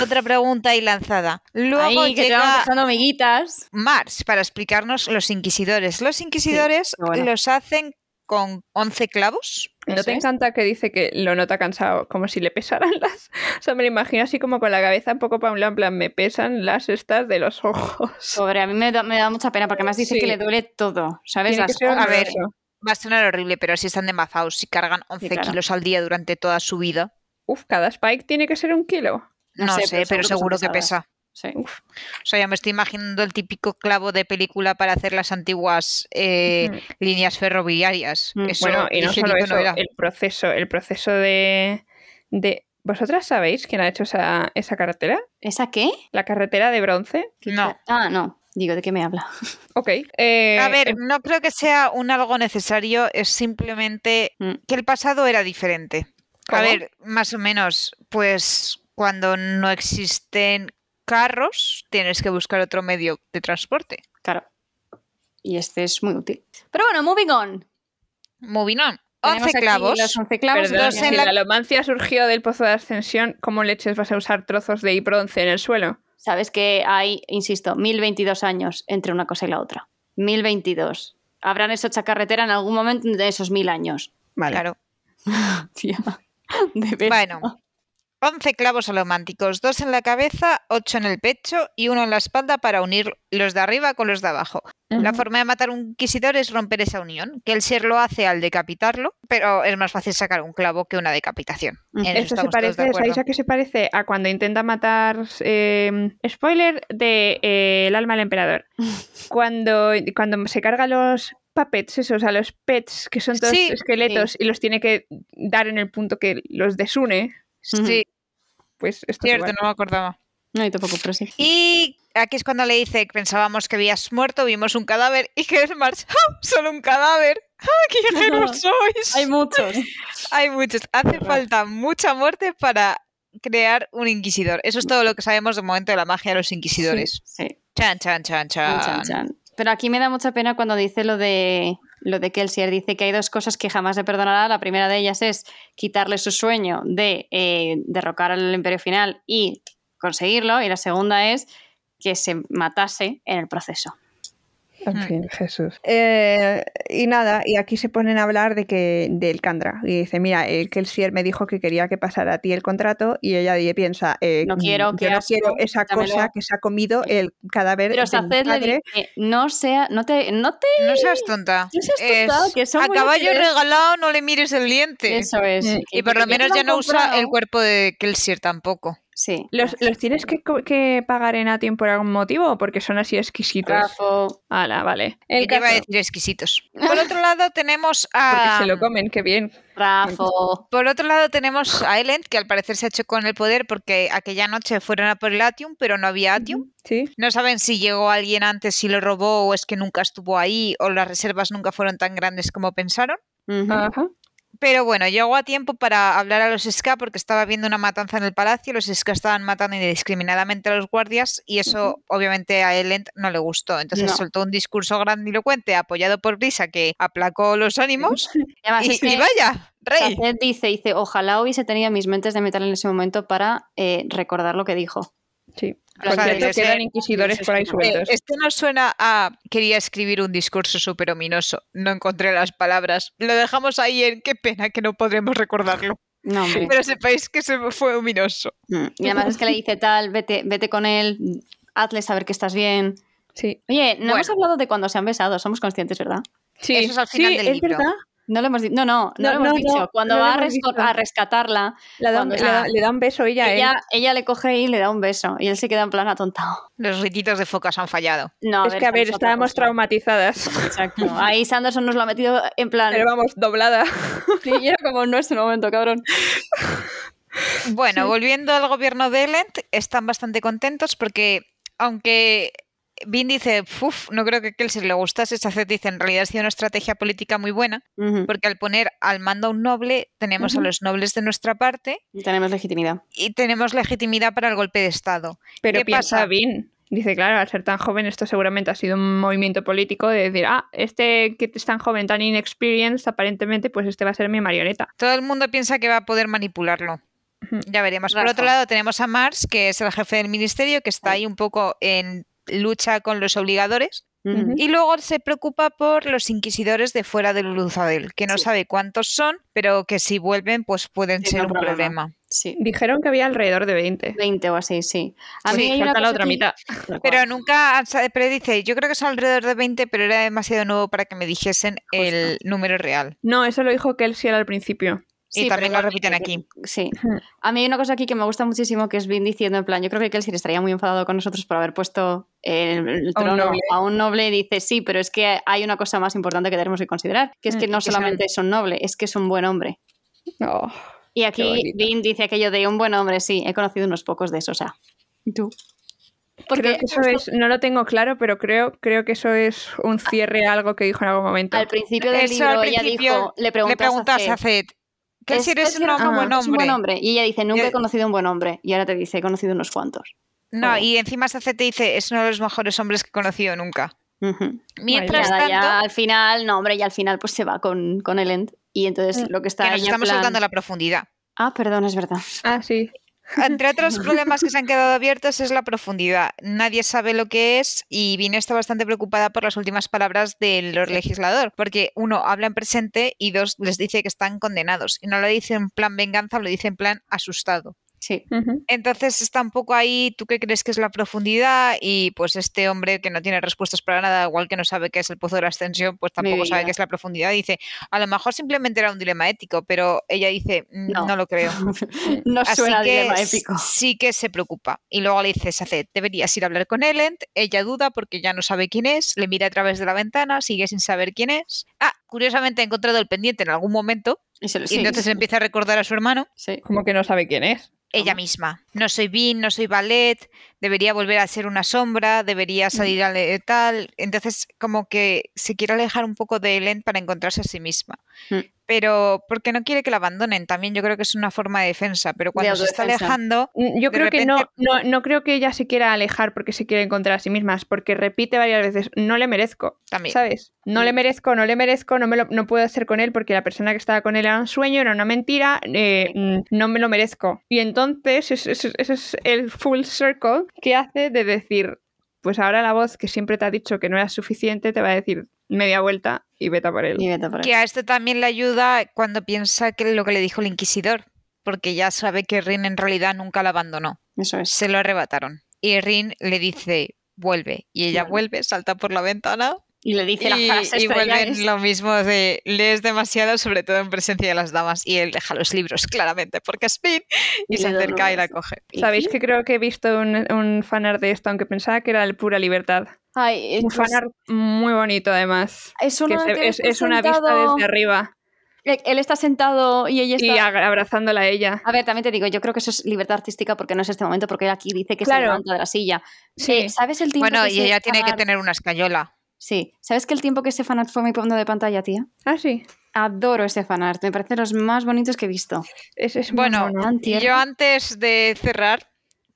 Otra pregunta ahí lanzada. Luego Ahí, que te vamos llega dejando amiguitas. Mars para explicarnos los inquisidores. Los inquisidores qué bueno. los hacen con 11 clavos. ¿No Eso te es. encanta que dice que lo nota cansado, como si le pesaran las... O sea, me lo imagino así como con la cabeza un poco para un lado, en plan, me pesan las estas de los ojos. Sobre a mí me da, me da mucha pena porque además dice Sí. que le duele todo, ¿sabes? Tiene que Las ser ondas. A ver, horroroso. Va a sonar horrible, pero si están demasiados si cargan 11 claro. kilos al día durante toda su vida. Uf, cada spike tiene que ser un kilo. No, sé, pero seguro, que, son pesadas. pesa. Sí. Uf. O sea, ya me estoy imaginando el típico clavo de película para hacer las antiguas eh, Mm. líneas ferroviarias. Mm. Eso Bueno, y no solo higiénico eso, no era. el proceso, el proceso de, de... ¿Vosotras sabéis quién ha hecho esa, esa carretera? ¿Esa qué? ¿La carretera de bronce? No. Ah, no. Digo, ¿de qué me habla? Ok. eh, A ver, em el- no creo que sea un algo necesario, es simplemente Mm. que el pasado era diferente. ¿Cómo? A ver, más o menos, pues cuando no existen carros, tienes que buscar otro medio de transporte. Claro. Y este es muy útil. Pero bueno, moving on. Moving on. Tenemos 11 aquí clavos. Los 11 clavos. Perdón, dos y en si la- la alomancia surgió del pozo de ascensión, ¿cómo leches vas a usar trozos de bronce en el suelo? Sabes que hay, insisto, 1022 años entre una cosa y la otra. 1022. Habrán hecho esa carretera en algún momento de esos mil años. Vale. Claro. Tía, de verdad. Bueno. 11 clavos alománticos, dos en la cabeza, ocho en el pecho y uno en la espalda para unir los de arriba con los de abajo. La forma de matar un inquisidor es romper esa unión, que el ser lo hace al decapitarlo, pero es más fácil sacar un clavo que una decapitación. En Ujú. eso Esto se estamos todos de parece, acuerdo. ¿sabéis a qué se parece? A cuando intenta matar. eh, spoiler de eh, El alma del emperador. Cuando, cuando se carga los puppets, esos, a los pets, que son todos Sí, esqueletos, y los tiene que dar en el punto que los desune, Ujú. Sí, pues esto es cierto, igual. no me acordaba. No, yo tampoco, pero sí. Y aquí es cuando le dice que pensábamos que habías muerto, vimos un cadáver y que es March. ¡Ah! ¡Solo un cadáver! ¡Ah, qué ingenuos sois! Hay muchos. Hay muchos. Hace falta mucha muerte para crear un inquisidor. Eso es todo lo que sabemos de momento de la magia de los inquisidores. Mm. Sí, sí. Chan, chan, chan, chan. Chan, chan. Pero aquí me da mucha pena cuando dice lo de lo de Kelsier. Dice que hay dos cosas que jamás le perdonará. La primera de ellas es quitarle su sueño de eh, derrocar al Imperio Final y conseguirlo. Y la segunda es que se matase en el proceso. En fin, Jesús. Eh, y nada, y aquí se ponen a hablar de que del Candra. Y dice, mira, el Kelsier me dijo que quería que pasara a ti el contrato y ella di- piensa, eh, No quiero, yo qué no asco, quiero esa quítamelo. cosa que se ha comido el cadáver Pero este de mi Saced le padre". dice, no sea, no te, no te No seas tonta. No seas tonta, que son a muy caballo útiles. regalado no le mires el diente. eso es. Mm. Y por lo que- que menos lo ya han no usa comprado. el cuerpo de Kelsier tampoco. Sí. ¿Los, los tienes que, co- que pagar en Atium por algún motivo o porque son así exquisitos? Ah, pues, Rafo. Ala, vale. Y El te iba a caso- decir exquisitos. Por otro lado tenemos a... porque Ah, se lo comen, qué bien. Rafo. Por otro lado tenemos a Elend, que al parecer se ha hecho con el poder porque aquella noche fueron a por el Atium, pero no había Atium. Sí. No saben si llegó alguien antes, si lo robó o es que nunca estuvo ahí o las reservas nunca fueron tan grandes como pensaron. Ujú. Ajá. Pero bueno, llegó a tiempo para hablar a los SK porque estaba viendo una matanza en el palacio, los SK estaban matando indiscriminadamente a los guardias y eso obviamente a Elend no le gustó. Entonces No. soltó un discurso grandilocuente apoyado por Brisa que aplacó los ánimos Y además y, es que y vaya, rey. Saced dice, dice, ojalá hubiese tenido mis mentes de metal en ese momento para eh, recordar lo que dijo. Sí. O Por sea, cierto, debe ser- quedan inquisidores por ahí Eh, sueltos. este nos suena a quería escribir un discurso súper ominoso, no encontré las palabras. Lo dejamos ahí en qué pena que no podremos recordarlo. No, hombre. Pero sepáis que se fue ominoso. Mm. Y además es que le dice tal, vete, vete con él, hazle saber que estás bien. Sí. Oye, no hemos Bueno. hablado de cuando se han besado, somos conscientes, ¿verdad? Sí, Eso es al final sí, del es libro. verdad. No lo hemos dicho. No, no, no, No, lo hemos no, dicho. no, Cuando no lo va a, hemos resco- visto. a rescatarla, Le da, un, Cuando le da- está- le da un beso ella a él. ella, ella le coge y le da un beso. Y él se queda en plan atontado. Los rititos de focas han fallado. No, es que, a ver, estamos otra estábamos cosa. traumatizadas. Exacto. Ahí Sanderson nos lo ha metido en plan. Pero vamos, doblada. Sí, y era como, no es el momento, cabrón. Bueno, volviendo al gobierno de Elend, están bastante contentos porque, aunque Vin dice, uff, no creo que a Kelsier le gustase, Saced dice, en realidad ha sido una estrategia política muy buena, Ujú. porque al poner al mando a un noble, tenemos a los nobles de nuestra parte Tenemos legitimidad. y tenemos legitimidad para el golpe de Estado. Pero ¿Qué piensa pasa? bien. Dice, claro, al ser tan joven, esto seguramente ha sido un movimiento político de decir, ah, este que es tan joven, tan inexperienced, aparentemente, pues este va a ser mi marioneta. Todo el mundo piensa que va a poder manipularlo. Ujú. Ya veremos. Por Rafa. otro lado, tenemos a Mars, que es el jefe del ministerio, que está ahí un poco en lucha con los obligadores. Mm, Ujú. Y luego se preocupa por los inquisidores de fuera del Luzadel, que no Sí. sabe cuántos son, pero que si vuelven, pues pueden Sí, ser no un problema. problema. Sí. Dijeron que había alrededor de 20. 20 o así, sí. Pues hay una falta la cosa otra aquí- mitad. Tal cual. Pero nunca, han sa- pero dice, yo creo que son alrededor de 20, pero era demasiado nuevo para que me dijesen el número real. No, eso lo dijo Kelsey al principio. y pero también lo igualmente repiten que- aquí. Sí. A mí hay una cosa aquí que me gusta muchísimo que es Vin diciendo en plan, yo creo que Kelsey estaría muy enfadado con nosotros por haber puesto el, el A un trono noble. a un noble y dice, sí, pero es que hay una cosa más importante que tenemos que considerar, que es que Mm, no que solamente es un noble, es que es un buen hombre. Oh, Y Qué aquí bonito. Vin dice aquello de un buen hombre, sí, he conocido unos pocos de esos, ah. ¿Y tú? creo que eso es, no lo tengo claro, pero creo, creo que eso es un cierre a algo que dijo en algún momento. al principio del Eso libro al ella principio dijo, le Le preguntas, preguntas a Zed, Zed, ¿qué "¿Es- si eres Este es un cierto hombre, que buen es un buen hombre? hombre? Y ella dice, nunca Yo- he conocido un buen hombre. Y ahora te dice, he conocido unos cuantos. No, Oh. y encima Zed te dice, es uno de los mejores hombres que he conocido nunca. Ujú. Mientras Nada, tanto, ya al final, no, hombre, ya al final pues se va con, con el end. Y entonces lo que está Mm. que nos ella en estamos plan- saltando la profundidad. Ah, perdón, es verdad. Ah, sí. Entre otros problemas que se han quedado abiertos es la profundidad. Nadie sabe lo que es y Vine está bastante preocupada por las últimas palabras del Lord legislador, porque uno habla en presente y dos les dice que están condenados. Y no lo dice en plan venganza, lo dice en plan asustado. Sí. Ujú. Entonces está un poco ahí, ¿tú qué crees que es la profundidad? Y pues este hombre que no tiene respuestas para nada, igual que no sabe qué es el pozo de la ascensión, pues Mi tampoco sabe vida. qué es la profundidad. Dice, a lo mejor simplemente era un dilema ético, pero ella dice, "Mm, No. no lo creo. no Así suena a que dilema s- épico. sí que se preocupa. Y luego le dice, Saced, deberías ir a hablar con Elend. Ella duda porque ya no sabe quién es, le mira a través de la ventana, sigue sin saber quién es. Ah, curiosamente ha encontrado el pendiente en algún momento Y se lo- y sí, entonces empieza a recordar a su hermano. sí. Como que no sabe quién es. Ella misma. No soy Vin, no soy Ballet, debería volver a ser una sombra, debería salir a le- eh, tal. Entonces, como que se quiere alejar un poco de Ellen para encontrarse a sí misma. Mm. Pero porque no quiere que la abandonen, también yo creo que es una forma de defensa. Pero cuando se está autodefensa. alejando, Mm, Yo De creo que no, repente- no, no creo que ella se quiera alejar porque se quiere encontrar a sí misma, es porque repite varias veces, no le merezco, también. ¿sabes? No le Mm. merezco, no le merezco, no, me lo- no puedo hacer con él porque la persona que estaba con él era un sueño, era una mentira, eh, mm, no me lo merezco. Y entonces es- es- ese es, el full circle que hace de decir, pues ahora la voz que siempre te ha dicho que no era suficiente te va a decir media vuelta y vete a por él. Y vete por ahí. Que a esto también le ayuda cuando piensa que lo que le dijo el inquisidor, porque ya sabe que Rin en realidad nunca la abandonó, Eso es. se lo arrebataron. Y Rin le dice, vuelve. Y ella Vuelve. vuelve, salta por la ventana Y le dice la y, frase y estrella vuelven es- lo mismo de lees demasiado, sobre todo en presencia de las damas. Y él deja los libros, claramente, porque es Finn, y, Y se le da un acerca y la beso. coge. y ¿Sabéis fin. que creo que he visto un, un fanart de esto, aunque pensaba que era el pura libertad? Ay, es, pues, Un fanart muy bonito, además. es que uno se- que es, está es una vista sentado- eh, desde arriba Él está sentado y ella y Ah, está... ag- abrazándola a ella. A ver, también te digo, yo creo que eso es libertad artística porque no es este momento, porque él aquí dice que se Claro. levanta de la silla. Sí. Eh, ¿Sabes el tiempo Bueno, que y ese ella tiene que fanart- tener una escayola. Sí, ¿sabes que el tiempo que ese fanart fue mi fondo de pantalla, tía? Ah, sí. Adoro ese fanart, me parece de los más bonitos que he visto. Es, es muy Bueno, mono. Tan Y tierno. yo antes de cerrar,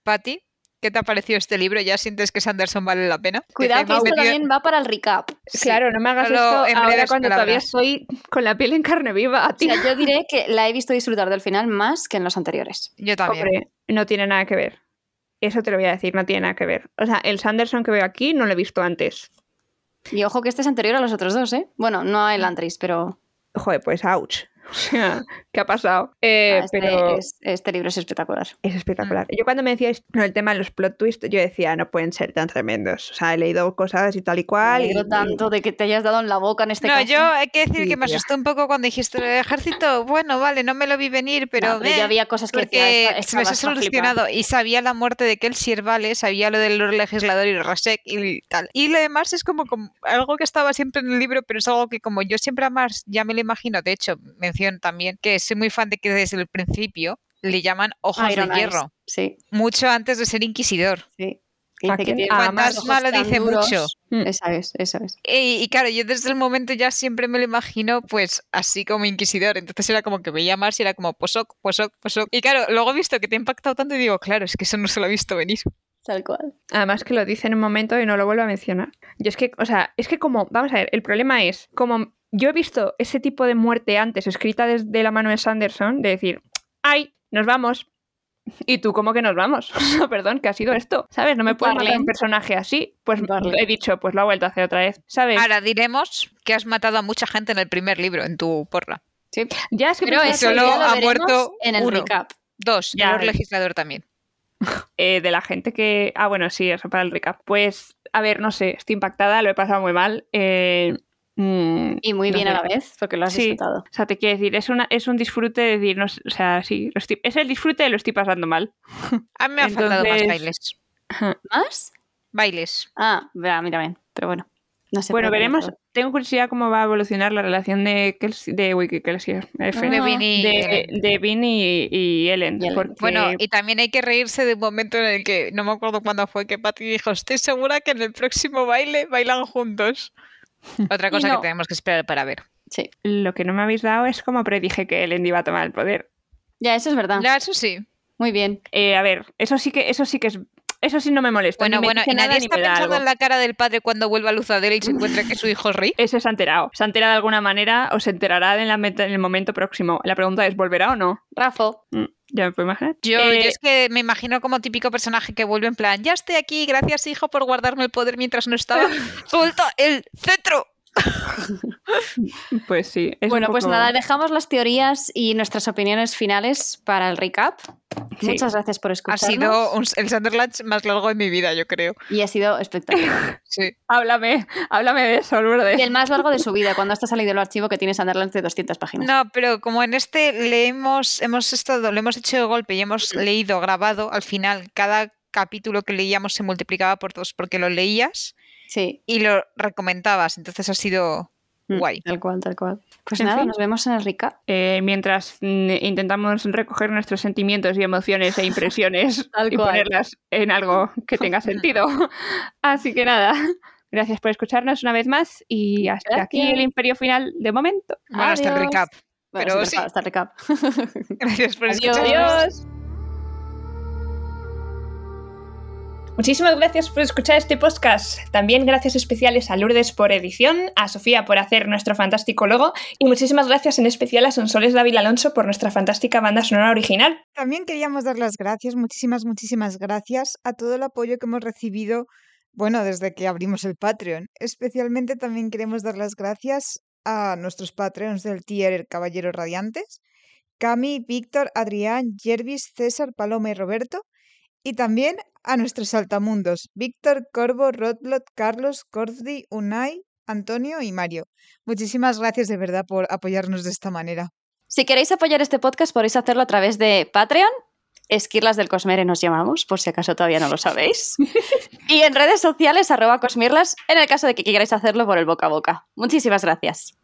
Patty, ¿qué te ha parecido este libro? ¿Ya sientes que Sanderson vale la pena? Cuidado que te hemos esto metido- también va para el recap. Sí. Claro, no me hagas Solo en esto ahora breves cuando todavía palabras. estoy con la piel en carne viva, O tío. sea, yo diré que la he visto disfrutar del final más que en los anteriores. Yo también. Hombre, no tiene nada que ver. Eso te lo voy a decir, no tiene nada que ver. O sea, el Sanderson que veo aquí no lo he visto antes. Y ojo que este es anterior a los otros dos, ¿eh? Bueno, no a el Antris, pero Joder, pues ouch. O sea, ¿qué ha pasado? Eh, ah, este, pero es- este libro es espectacular. Es Ah. espectacular. Yo cuando me decíais no, el tema de los plot twists, yo decía, no pueden ser tan tremendos. O sea, he leído cosas y tal y cual. Me y- alegro tanto de que te hayas dado en la boca en este No, caso. yo hay que decir Sí, que me tía. asustó un poco cuando dijiste "El ejército. Bueno, vale, no me lo vi venir, pero, No, pero meh". yo había cosas que porque decía, "Esta- esta se me va- ha esta flipa". solucionado y sabía la muerte de Kelsier Vale, sabía lo del Lord Legislador y Rasek y tal. Y lo demás es como, como algo que estaba siempre en el libro, pero es algo que como yo siempre a Mars ya me lo imagino, de hecho, menciono también que soy muy fan de que desde el principio le llaman ojos Iron de Eyes. hierro, Sí, mucho antes de ser inquisidor. sí. ¿A Dice que quién? tiene Ah, unos Fantasma ojos lo tan dice duros. mucho. Mm. Esa es, esa es. Y, y claro, yo desde el momento ya siempre me lo imagino pues así como inquisidor. Entonces era como que veía a Mars y era como pues, posok, posok, posok. Y claro, luego he visto que te ha impactado tanto y digo, claro, es que eso no se lo he visto venir. Tal cual. Además que lo dice en un momento y no lo vuelvo a mencionar. Yo es que, o sea, es que como, vamos a ver, el problema es, como yo he visto ese tipo de muerte antes escrita desde la mano de Sanderson, de decir, ay, nos vamos. Y tú, ¿cómo que nos vamos? No, Perdón, ¿qué ha sido esto? ¿Sabes? No me puede matar Barley. un personaje así. Pues Barley. he dicho, pues lo ha vuelto a hacer otra vez. ¿Sabes? Ahora diremos que has matado a mucha gente en el primer libro, en tu porra. Sí. ya es que Pero pensaba- Pues eso solo ya lo ha veremos muerto en el uno. recap. Dos, Ya, el Lord vale. legislador también. eh, de la gente que. Ah, bueno, sí, eso para el recap. Pues, a ver, no sé, estoy impactada, lo he pasado muy mal. eh, mm, Y muy no bien sé. a la vez, porque lo has Sí. disfrutado. O sea, te quiero decir, es, una, es un disfrute de decir, no, sé, o sea, sí, lo estoy- es el disfrute de lo estoy pasando mal. A mí me han faltado más Entonces- bailes. ¿Más? Bailes. Ah, verá, mira bien. Pero bueno. No sé. bueno, puede veremos. verlo. Tengo curiosidad cómo va a evolucionar la relación de, Kels- de Wiki Kelsey, F, Me Ah. vine- de, de Vin y, y Ellen. Y Ellen. porque- Bueno, y también hay que reírse de un momento en el que no me acuerdo cuándo fue que Patty dijo, estoy segura que en el próximo baile bailan juntos. Otra Y cosa no. que tenemos que esperar para ver. Sí. lo que no me habéis dado es cómo predije que Ellen iba a tomar el poder. Ya, eso es verdad. Ya, eso sí. Muy bien. Eh, a ver, eso sí que, eso sí que es. Eso sí no me molesta. Bueno, ni me bueno, dice y nada, nadie ni está me da pensando algo. en la cara del padre cuando vuelva a Luzadera y se encuentra que su hijo es Rick. Ese se ha enterado. Se entera de alguna manera o se enterará en, la meta- en el momento próximo. La pregunta es, ¿volverá o no? Rafo. Mm, Ya me puedo imaginar. Yo, Eh, yo es que me imagino como típico personaje que vuelve en plan, ya estoy aquí, gracias hijo por guardarme el poder mientras no estaba. ¡Suelta el cetro! Pues sí. es un Bueno, pues poco- nada, dejamos las teorías y nuestras opiniones finales para el recap. Sí. Muchas gracias por Ha escucharnos. sido un- el Sunderland más largo de mi vida, yo creo. Y ha sido espectacular. Sí. Háblame, háblame de eso, Y Lourdes. el más largo de su vida, cuando hasta salido el archivo que tiene Sunderland de 200 páginas. No, pero como en este le hemos, hemos estado, lo hemos hecho de golpe y hemos leído, grabado, al final cada capítulo que leíamos se multiplicaba por dos porque lo leías Sí. y lo recomendabas. Entonces ha sido Mm, Guay. Tal cual, tal cual. Pues En nada, fin. nos vemos en el recap. Eh, mientras mm, intentamos recoger nuestros sentimientos y emociones e impresiones Tal y cual. ponerlas en algo que tenga sentido. Así que nada, gracias por escucharnos una vez más y hasta aquí Gracias. el imperio final de momento. Bueno, hasta el Adiós. recap. Bueno, Pero hasta el recap, hasta el recap. Gracias por Adiós. escucharnos. Adiós. Muchísimas gracias por escuchar este podcast. También gracias especiales a Lourdes por edición, a Sofía por hacer nuestro fantástico logo y muchísimas gracias en especial a Sonsoles David Alonso por nuestra fantástica banda sonora original. También queríamos dar las gracias, muchísimas, muchísimas gracias a todo el apoyo que hemos recibido, bueno, desde que abrimos el Patreon. Especialmente también queremos dar las gracias a nuestros Patreons del tier Caballeros Radiantes, Cami, Víctor, Adrián, Jervis, César, Paloma y Roberto, y también a nuestros saltamundos, Víctor, Corvo, Rodblot, Carlos, Cordi, Unai, Antonio y Mario. Muchísimas gracias de verdad por apoyarnos de esta manera. Si queréis apoyar este podcast, podéis hacerlo a través de Patreon. Esquirlas del Cosmere nos llamamos, por si acaso todavía no lo sabéis. Y en redes sociales, arroba Cosmirlas, en el caso de que queráis hacerlo por el boca a boca. Muchísimas gracias.